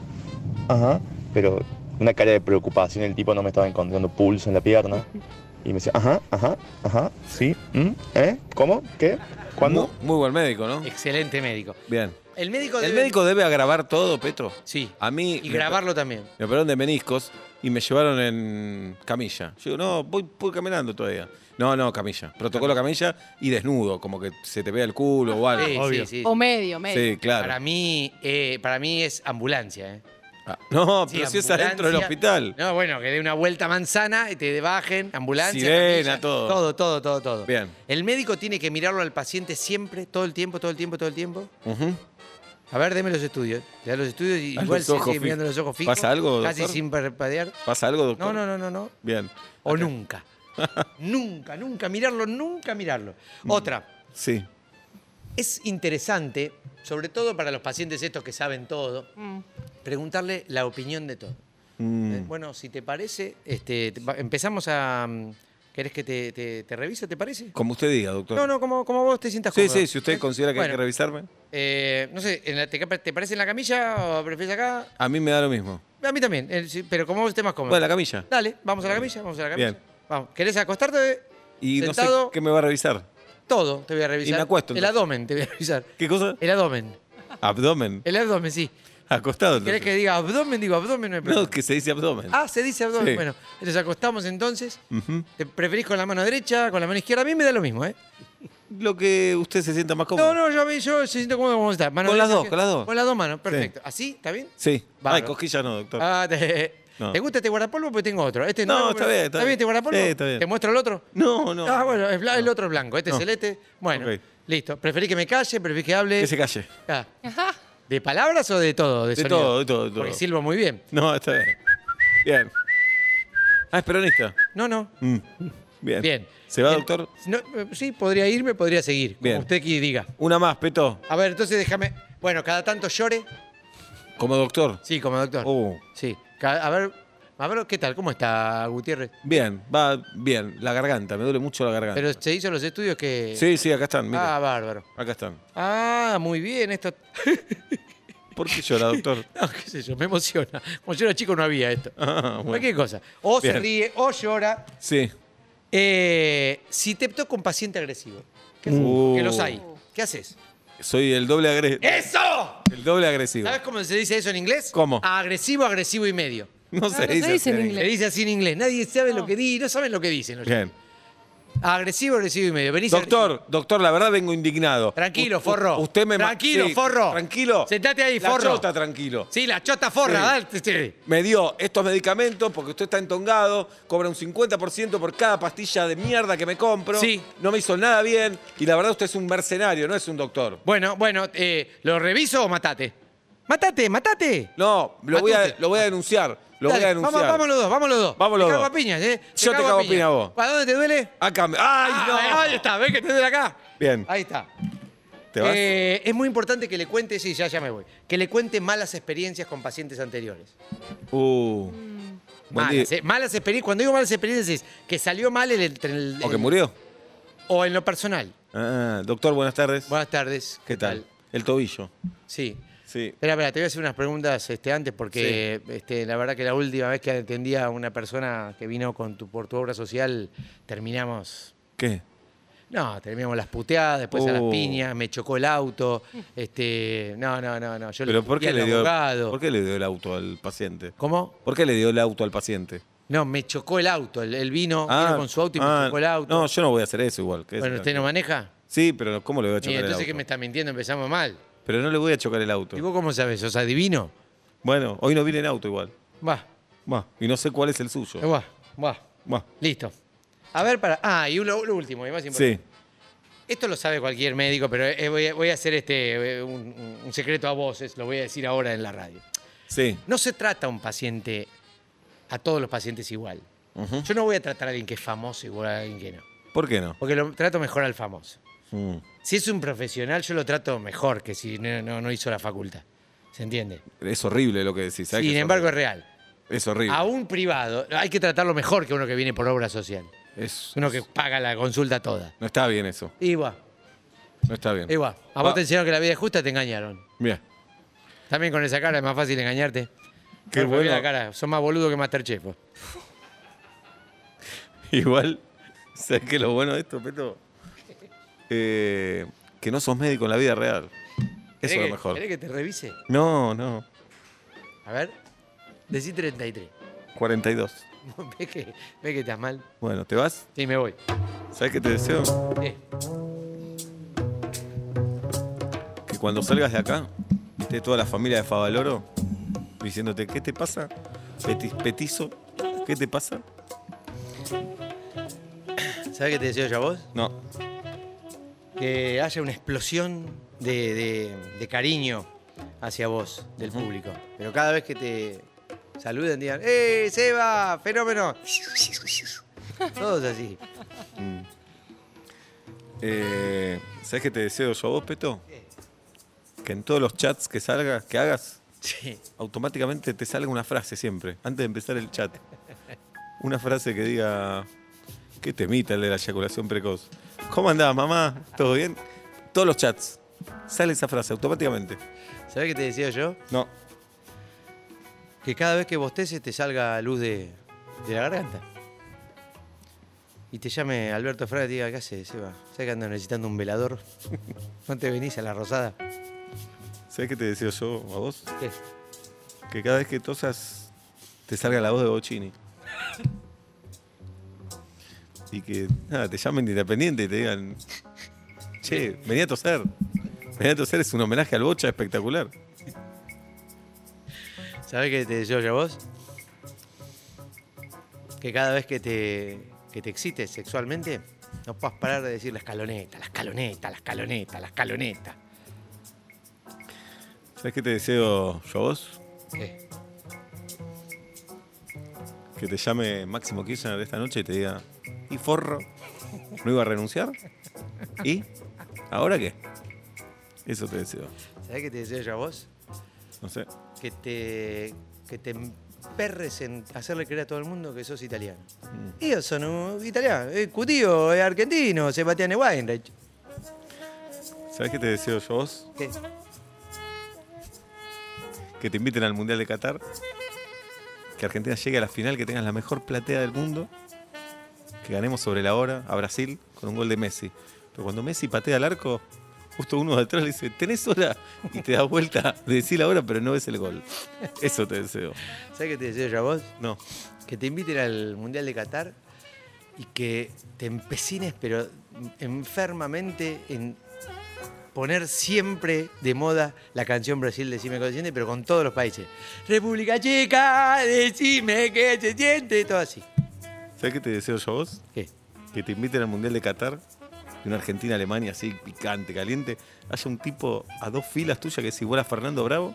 [SPEAKER 6] ajá, pero una cara de preocupación, el tipo no me estaba encontrando pulso en la pierna. Y me decía, ajá, ajá, ajá, sí, mm, ¿eh? ¿Cómo? ¿Qué? ¿Cuándo?
[SPEAKER 2] Muy, muy buen médico, ¿no?
[SPEAKER 3] Excelente médico.
[SPEAKER 2] Bien.
[SPEAKER 3] El médico
[SPEAKER 2] ¿El
[SPEAKER 3] debe-
[SPEAKER 2] médico debe agravar todo, Petro?
[SPEAKER 3] Sí.
[SPEAKER 2] A mí.
[SPEAKER 3] Y
[SPEAKER 2] me-
[SPEAKER 3] grabarlo también.
[SPEAKER 2] Me operaron de meniscos y me llevaron en camilla. Yo digo, no, voy, voy caminando todavía. No, no, camilla. Protocolo camilla y desnudo, como que se te vea el culo o algo.
[SPEAKER 3] Sí,
[SPEAKER 4] obvio.
[SPEAKER 3] sí, sí.
[SPEAKER 5] O medio, medio.
[SPEAKER 2] Sí, claro.
[SPEAKER 3] Para mí, eh, para mí es ambulancia, ¿eh?
[SPEAKER 2] Ah, no,
[SPEAKER 3] Sí,
[SPEAKER 2] pero si es adentro del
[SPEAKER 3] ambulancia.
[SPEAKER 2] hospital.
[SPEAKER 3] No, bueno, que dé una vuelta a manzana y te bajen, ambulancia.
[SPEAKER 2] Sirena,
[SPEAKER 3] camilla,
[SPEAKER 2] todo.
[SPEAKER 3] Todo, todo, todo, todo.
[SPEAKER 2] Bien.
[SPEAKER 3] El médico tiene que mirarlo al paciente siempre, todo el tiempo, todo el tiempo, todo el tiempo.
[SPEAKER 2] Ujú.
[SPEAKER 3] A ver, deme los estudios. Te da los estudios y
[SPEAKER 2] A
[SPEAKER 3] igual
[SPEAKER 2] los
[SPEAKER 3] se
[SPEAKER 2] ojos
[SPEAKER 3] sigue
[SPEAKER 2] fijos.
[SPEAKER 3] mirando los ojos fijos.
[SPEAKER 2] ¿Pasa algo,
[SPEAKER 3] Casi
[SPEAKER 2] doctor?
[SPEAKER 3] sin parpadear.
[SPEAKER 2] ¿Pasa algo, doctor?
[SPEAKER 3] No, no, no, no, no.
[SPEAKER 2] Bien.
[SPEAKER 3] O
[SPEAKER 2] Acá. [laughs]
[SPEAKER 3] nunca. nunca, nunca mirarlo, nunca mirarlo.
[SPEAKER 2] Mm.
[SPEAKER 3] Otra,
[SPEAKER 2] Ah, Sí.
[SPEAKER 3] es interesante, sobre todo para los pacientes estos que saben todo,
[SPEAKER 5] Mm.
[SPEAKER 3] preguntarle la opinión de todo.
[SPEAKER 2] Mm.
[SPEAKER 3] Eh, Bueno, si te parece, este, te- va- empezamos a... mm, ¿Querés que te, te, te revise, te parece?
[SPEAKER 2] Como usted diga, doctor.
[SPEAKER 3] No, no, como, como vos te sientas
[SPEAKER 2] Sí,
[SPEAKER 3] cómodo.
[SPEAKER 2] sí, si usted considera que hay que
[SPEAKER 3] ¿Eh? Bueno,
[SPEAKER 2] revisarme.
[SPEAKER 3] eh, no sé, en la- te, te parece en la camilla o prefieres acá?
[SPEAKER 2] A mí me da lo mismo.
[SPEAKER 3] A mí también, eh, sí, pero como vos estés más cómodo.
[SPEAKER 2] Bueno, la camilla.
[SPEAKER 3] Dale, vamos a la camilla, vamos a la camilla.
[SPEAKER 2] Bien.
[SPEAKER 3] Vamos. ¿Querés acostarte?
[SPEAKER 2] Y no
[SPEAKER 3] Sentado.
[SPEAKER 2] sé qué me va a revisar.
[SPEAKER 3] Todo te voy a revisar.
[SPEAKER 2] Y me acuesto,
[SPEAKER 3] El
[SPEAKER 2] entonces.
[SPEAKER 3] abdomen te voy a revisar.
[SPEAKER 2] ¿Qué cosa?
[SPEAKER 3] El abdomen.
[SPEAKER 2] Abdomen.
[SPEAKER 3] El abdomen, sí.
[SPEAKER 2] Acostado.
[SPEAKER 3] ¿Querés
[SPEAKER 2] entonces.
[SPEAKER 3] Eh. que diga abdomen? Digo abdomen, no hay problema.
[SPEAKER 2] No, que se dice abdomen.
[SPEAKER 3] Ah, se dice abdomen.
[SPEAKER 2] Sí.
[SPEAKER 3] Bueno, nos acostamos entonces.
[SPEAKER 2] Ujú.
[SPEAKER 3] ¿Te preferís con la mano derecha, con la mano izquierda? A mí me da lo mismo, ¿eh?
[SPEAKER 2] Lo que usted se sienta más cómodo.
[SPEAKER 3] No, no, yo, a mí- yo se siento cómodo como está. Mano
[SPEAKER 2] Con las
[SPEAKER 3] derecha,
[SPEAKER 2] dos, con las dos.
[SPEAKER 3] Con las dos manos, perfecto. ¿Así? ¿Está bien?
[SPEAKER 2] Sí. Ay,
[SPEAKER 3] Bárbaro.
[SPEAKER 2] cosquillas no, doctor.
[SPEAKER 3] Ah, te,
[SPEAKER 2] [laughs] No.
[SPEAKER 3] ¿te gusta este guardapolvo? Pues tengo otro. Este es
[SPEAKER 2] No,
[SPEAKER 3] nuevo,
[SPEAKER 2] está
[SPEAKER 3] pero-
[SPEAKER 2] bien, está
[SPEAKER 3] ¿Está bien este
[SPEAKER 2] bien.
[SPEAKER 3] guardapolvo?
[SPEAKER 2] Sí, está bien.
[SPEAKER 3] ¿Te muestro el otro?
[SPEAKER 2] no, no.
[SPEAKER 3] Ah, bueno, es bla- el otro es blanco, este
[SPEAKER 2] No.
[SPEAKER 3] es celeste. Bueno,
[SPEAKER 2] Ok.
[SPEAKER 3] listo. ¿Preferís que me calle? ¿Preferís que hable?
[SPEAKER 2] Que se calle.
[SPEAKER 3] Ah,
[SPEAKER 5] Ajá.
[SPEAKER 3] ¿De palabras o de todo? De,
[SPEAKER 2] De
[SPEAKER 3] sonido?
[SPEAKER 2] todo, de todo, de todo.
[SPEAKER 3] Porque silbo muy bien.
[SPEAKER 2] No, está bien. Bien. Ah, es peronista.
[SPEAKER 3] No, no.
[SPEAKER 2] Mm. Bien.
[SPEAKER 3] Bien.
[SPEAKER 2] ¿Se va,
[SPEAKER 3] Bien.
[SPEAKER 2] doctor?
[SPEAKER 3] No, eh, sí, podría irme, podría seguir.
[SPEAKER 2] Bien.
[SPEAKER 3] Como usted que diga.
[SPEAKER 2] Una más, Peto.
[SPEAKER 3] A ver, entonces déjame. Bueno, cada tanto llore.
[SPEAKER 2] Como doctor.
[SPEAKER 3] Sí, como doctor.
[SPEAKER 2] Oh.
[SPEAKER 3] Sí. Ca- A ver, a ver, ¿qué tal? ¿Cómo está Gutiérrez?
[SPEAKER 2] Bien, va bien. La garganta, me duele mucho la garganta.
[SPEAKER 3] Pero se hizo los estudios que.
[SPEAKER 2] Sí, sí, acá están, mira.
[SPEAKER 3] Ah, bárbaro.
[SPEAKER 2] Acá están.
[SPEAKER 3] Ah, muy bien, esto. [laughs]
[SPEAKER 2] ¿Por qué llora, doctor?
[SPEAKER 3] No, qué sé yo, me emociona. Como yo era chico no había esto.
[SPEAKER 2] Ah, bueno.
[SPEAKER 3] Cualquier cosa. O se
[SPEAKER 2] Bien.
[SPEAKER 3] ríe, o llora.
[SPEAKER 2] Sí.
[SPEAKER 3] Eh, si te toca un paciente agresivo, ¿qué haces?
[SPEAKER 2] Uh.
[SPEAKER 3] que los hay, ¿qué haces?
[SPEAKER 2] Soy el doble agresivo.
[SPEAKER 3] ¡Eso!
[SPEAKER 2] El doble agresivo.
[SPEAKER 3] ¿Sabes cómo se dice eso en inglés?
[SPEAKER 2] ¿Cómo?
[SPEAKER 3] Agresivo, agresivo y medio.
[SPEAKER 2] No se
[SPEAKER 5] no se
[SPEAKER 2] dice.
[SPEAKER 5] dice en
[SPEAKER 2] así.
[SPEAKER 5] inglés.
[SPEAKER 3] Le dice así en inglés. Nadie sabe
[SPEAKER 5] No.
[SPEAKER 3] lo que di, no saben lo que dicen. los
[SPEAKER 2] Bien.
[SPEAKER 3] chicos. Agresivo, agresivo y medio. Venís agresivo.
[SPEAKER 2] Doctor, doctor, la verdad vengo indignado.
[SPEAKER 3] Tranquilo,
[SPEAKER 2] U- u-
[SPEAKER 3] forro.
[SPEAKER 2] Usted me ma-
[SPEAKER 3] Tranquilo,
[SPEAKER 2] sí,
[SPEAKER 3] forro.
[SPEAKER 2] Tranquilo.
[SPEAKER 3] Sentate ahí,
[SPEAKER 2] La
[SPEAKER 3] forro.
[SPEAKER 2] chota, tranquilo.
[SPEAKER 3] Sí, la chota forra,
[SPEAKER 2] Sí.
[SPEAKER 3] dale, sí.
[SPEAKER 2] Me dio estos medicamentos porque usted está entongado, cobra un 50% por cada pastilla de mierda que me compro.
[SPEAKER 3] Sí.
[SPEAKER 2] No me hizo nada bien y la verdad usted es un mercenario, no es un doctor.
[SPEAKER 3] Bueno, bueno, eh, ¿lo reviso o matate? ¡Matate, matate!
[SPEAKER 2] No, lo, voy a,
[SPEAKER 3] Matute.
[SPEAKER 2] lo voy a denunciar. Lo
[SPEAKER 3] Dale,
[SPEAKER 2] voy a denunciar.
[SPEAKER 3] Vamos, vamos los dos, vamos los dos.
[SPEAKER 2] Vamos los
[SPEAKER 3] Te cago
[SPEAKER 2] dos.
[SPEAKER 3] a piñas, ¿eh?
[SPEAKER 2] Yo te cago a piña a vos.
[SPEAKER 3] ¿Para dónde te duele?
[SPEAKER 2] Acá me- ¡Ay,
[SPEAKER 3] Ah,
[SPEAKER 2] no!
[SPEAKER 3] eh, Ahí está, ven que te duele acá.
[SPEAKER 2] Bien.
[SPEAKER 3] Ahí está.
[SPEAKER 2] ¿Te vas?
[SPEAKER 3] Eh, es muy importante que le cuente, sí, ya, ya me voy, que le cuente malas experiencias con pacientes anteriores.
[SPEAKER 2] Uh. Buen día.
[SPEAKER 3] Malas, eh, malas experiencias. Cuando digo malas experiencias es que salió mal el, el- el-
[SPEAKER 2] ¿O que murió?
[SPEAKER 3] o en lo personal.
[SPEAKER 2] Ah, doctor, buenas tardes.
[SPEAKER 3] Buenas tardes.
[SPEAKER 2] ¿Qué tal? El tobillo.
[SPEAKER 3] Sí.
[SPEAKER 2] Sí.
[SPEAKER 3] Espera, espera, te voy a hacer unas preguntas este, antes porque este, la verdad que la última vez que atendí a una persona que vino con tu, por tu obra social, terminamos.
[SPEAKER 2] ¿Qué?
[SPEAKER 3] No, terminamos las puteadas, después a las
[SPEAKER 2] Oh.
[SPEAKER 3] piñas, me chocó el auto. Este, no, no, no, no. Yo
[SPEAKER 2] ¿Pero
[SPEAKER 3] le
[SPEAKER 2] por qué,
[SPEAKER 3] puteé
[SPEAKER 2] le
[SPEAKER 3] al
[SPEAKER 2] dio,
[SPEAKER 3] abogado.
[SPEAKER 2] por qué le dio el auto al paciente?
[SPEAKER 3] ¿Cómo?
[SPEAKER 2] ¿Por qué le dio el auto al paciente?
[SPEAKER 3] No, me chocó el auto. Él, él vino, vino con su auto y
[SPEAKER 2] ah,
[SPEAKER 3] me chocó el auto.
[SPEAKER 2] No, yo no voy a hacer eso igual. que
[SPEAKER 3] bueno,
[SPEAKER 2] eso-
[SPEAKER 3] ¿usted no maneja?
[SPEAKER 2] Sí, pero ¿cómo le voy a
[SPEAKER 3] Y
[SPEAKER 2] chocar el
[SPEAKER 3] entonces,
[SPEAKER 2] auto?
[SPEAKER 3] ¿qué me está mintiendo? Empezamos mal.
[SPEAKER 2] Pero no le voy a chocar el auto.
[SPEAKER 3] ¿Y vos cómo sabes? ¿Sos adivino?
[SPEAKER 2] Bueno, hoy no vine en auto igual.
[SPEAKER 3] Va,
[SPEAKER 2] Va, y no sé cuál es el suyo.
[SPEAKER 3] eh, va, va.
[SPEAKER 2] Va.
[SPEAKER 3] Listo. A ver, para. Ah, y lo, lo último, y más importante.
[SPEAKER 2] Sí.
[SPEAKER 3] Esto lo sabe cualquier médico, pero eh, voy, a, voy a hacer este, eh, un, un- un secreto a voces, lo voy a decir ahora en la radio.
[SPEAKER 2] Sí.
[SPEAKER 3] No se trata a un paciente, a todos los pacientes igual.
[SPEAKER 2] Ujú.
[SPEAKER 3] Yo no voy a tratar a alguien que es famoso igual a alguien que no.
[SPEAKER 2] ¿Por qué no?
[SPEAKER 3] Porque lo trato mejor al famoso.
[SPEAKER 2] Mm.
[SPEAKER 3] Si es un profesional, yo lo trato mejor que si no, no- no hizo la facultad. ¿Se entiende?
[SPEAKER 2] Es horrible lo que decís. ¿sabés
[SPEAKER 3] Sin
[SPEAKER 2] que es
[SPEAKER 3] embargo, es
[SPEAKER 2] horrible?
[SPEAKER 3] real.
[SPEAKER 2] es horrible.
[SPEAKER 3] A un privado hay que tratarlo mejor que uno que viene por obra social.
[SPEAKER 2] Es-
[SPEAKER 3] Uno que paga la consulta toda.
[SPEAKER 2] No está bien eso.
[SPEAKER 3] Igual,
[SPEAKER 2] No está bien.
[SPEAKER 3] igual. A
[SPEAKER 2] Va.
[SPEAKER 3] vos te enseñaron que la vida es justa, te engañaron.
[SPEAKER 2] Bien.
[SPEAKER 3] También con esa cara es más fácil engañarte.
[SPEAKER 2] Qué
[SPEAKER 3] Ahora me vi
[SPEAKER 2] bueno.
[SPEAKER 3] la cara. Son más boludo que Masterchef. vos.
[SPEAKER 2] [laughs] Igual, ¿sabes qué es lo bueno de esto, Peto? Eh, que no sos médico en la vida real. Eso
[SPEAKER 3] ¿Querés
[SPEAKER 2] es lo
[SPEAKER 3] que-
[SPEAKER 2] mejor.
[SPEAKER 3] ¿Querés que te revise?
[SPEAKER 2] No, no.
[SPEAKER 3] A ver. Decí [laughs] 33.
[SPEAKER 2] 42.
[SPEAKER 3] ¿Ves que, ves que estás mal?
[SPEAKER 2] Bueno, ¿te vas?
[SPEAKER 3] Sí, me voy.
[SPEAKER 2] ¿Sabes qué te deseo?
[SPEAKER 3] Eh,
[SPEAKER 2] Que cuando salgas de acá, esté toda la familia de Favaloro diciéndote, ¿qué te pasa? Peti- petizo, ¿qué te pasa?
[SPEAKER 3] ¿Sabés qué te deseo yo a vos?
[SPEAKER 2] No,
[SPEAKER 3] que haya una explosión de, de- de cariño hacia vos, del público. Pero cada vez que te saluden, digan, ¡Eh, Seba! ¡Fenómeno! Todos así.
[SPEAKER 2] Eh, ¿Sabes qué te deseo yo a vos, Peto? Que en todos los chats que salgas, que hagas,
[SPEAKER 3] Sí.
[SPEAKER 2] automáticamente te salga una frase siempre, antes de empezar el chat. Una frase que diga, qué temita el de la eyaculación precoz. ¿Cómo andás, mamá? ¿Todo bien? Todos los chats. Sale esa frase automáticamente.
[SPEAKER 3] ¿Sabés qué te decía yo?
[SPEAKER 2] No.
[SPEAKER 3] Que cada vez que bosteces te salga luz de, de la garganta. Y te llame Alberto Fraga y te diga, ¿qué haces, Seba? ¿Sabés que ando necesitando un velador? [laughs] ¿No te venís a la rosada?
[SPEAKER 2] ¿Sabes qué te deseo yo a vos?
[SPEAKER 3] ¿Qué?
[SPEAKER 2] Que cada vez que tosas, te salga la voz de Bocini. Y que nada, te llamen de independiente y te digan, che, vení a toser. Vení a toser es un homenaje al Bocha espectacular.
[SPEAKER 3] ¿Sabes qué te deseo yo a vos? Que cada vez que te, que te excites sexualmente, no puedas parar de decir la escaloneta, la escaloneta, la escaloneta, la escaloneta.
[SPEAKER 2] ¿Sabes qué te deseo yo a vos?
[SPEAKER 3] ¿Qué?
[SPEAKER 2] Que te llame Máximo Kirchner esta noche y te diga, ¿y forro? ¿No iba a renunciar? ¿Y? ¿Ahora qué? Eso te deseo.
[SPEAKER 3] ¿Sabes qué te deseo yo a vos?
[SPEAKER 2] No sé.
[SPEAKER 3] Que te, que te emperres en hacerle creer a todo el mundo que sos italiano. Y yo soy un italiano, es cutío, es argentino, Sebastián Weinreich.
[SPEAKER 2] ¿Sabes qué te deseo yo a vos?
[SPEAKER 3] ¿Qué?
[SPEAKER 2] que te inviten al Mundial de Qatar, que Argentina llegue a la final, que tengas la mejor platea del mundo, que ganemos sobre la hora a Brasil con un gol de Messi. Pero cuando Messi patea al arco, justo uno de atrás le dice, ¿tenés hora? Y te das vuelta de decir la hora, pero no ves el gol. Eso te deseo.
[SPEAKER 3] ¿Sabes qué te deseo yo a vos?
[SPEAKER 2] No.
[SPEAKER 3] que te inviten al Mundial de Qatar y que te empecines, pero enfermamente, en poner siempre de moda la canción Brasil Decime que se siente, pero con todos los países. República Checa, decime que se siente, todo así.
[SPEAKER 2] ¿Sabes qué te deseo yo a vos?
[SPEAKER 3] ¿Qué?
[SPEAKER 2] que te inviten al Mundial de Qatar, de una Argentina-Alemania así picante, caliente, haya un tipo a dos filas tuyas que es igual a Fernando Bravo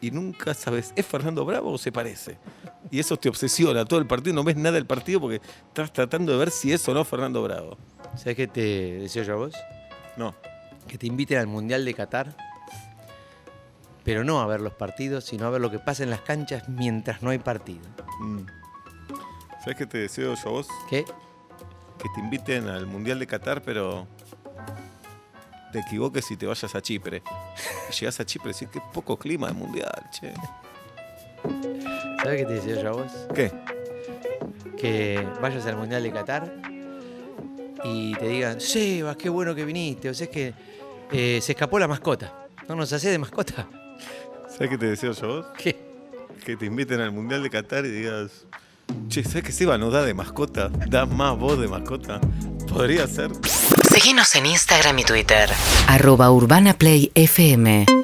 [SPEAKER 2] y nunca sabes, ¿es Fernando Bravo o se parece? Y eso te obsesiona todo el partido, no ves nada del partido porque estás tratando de ver si es o no Fernando Bravo.
[SPEAKER 3] ¿Sabes qué te deseo yo a vos?
[SPEAKER 2] No,
[SPEAKER 3] Que te inviten al Mundial de Qatar, pero no a ver los partidos, sino a ver lo que pasa en las canchas mientras no hay partido.
[SPEAKER 2] ¿sabes Mm. qué te deseo yo a vos?
[SPEAKER 3] ¿Qué?
[SPEAKER 2] Que te inviten al Mundial de Qatar, pero te equivoques y te vayas a Chipre. Y llegás a Chipre y decís, qué poco clima de mundial, che.
[SPEAKER 3] ¿Sabes qué te decía yo a vos?
[SPEAKER 2] ¿Qué?
[SPEAKER 3] Que vayas al Mundial de Qatar y te digan, Sebas, qué bueno que viniste. O sea, es que eh, se escapó la mascota. ¿No nos hacés de mascota? [laughs]
[SPEAKER 2] ¿Sabes qué te deseo yo a vos?
[SPEAKER 3] ¿Qué?
[SPEAKER 2] Que te inviten al Mundial de Qatar y digas, che, ¿sabes que Seba no da de mascota? Da más voz de mascota. Podría ser.
[SPEAKER 10] Seguinos en Instagram y Twitter.
[SPEAKER 11] Arroba Urbana Play FM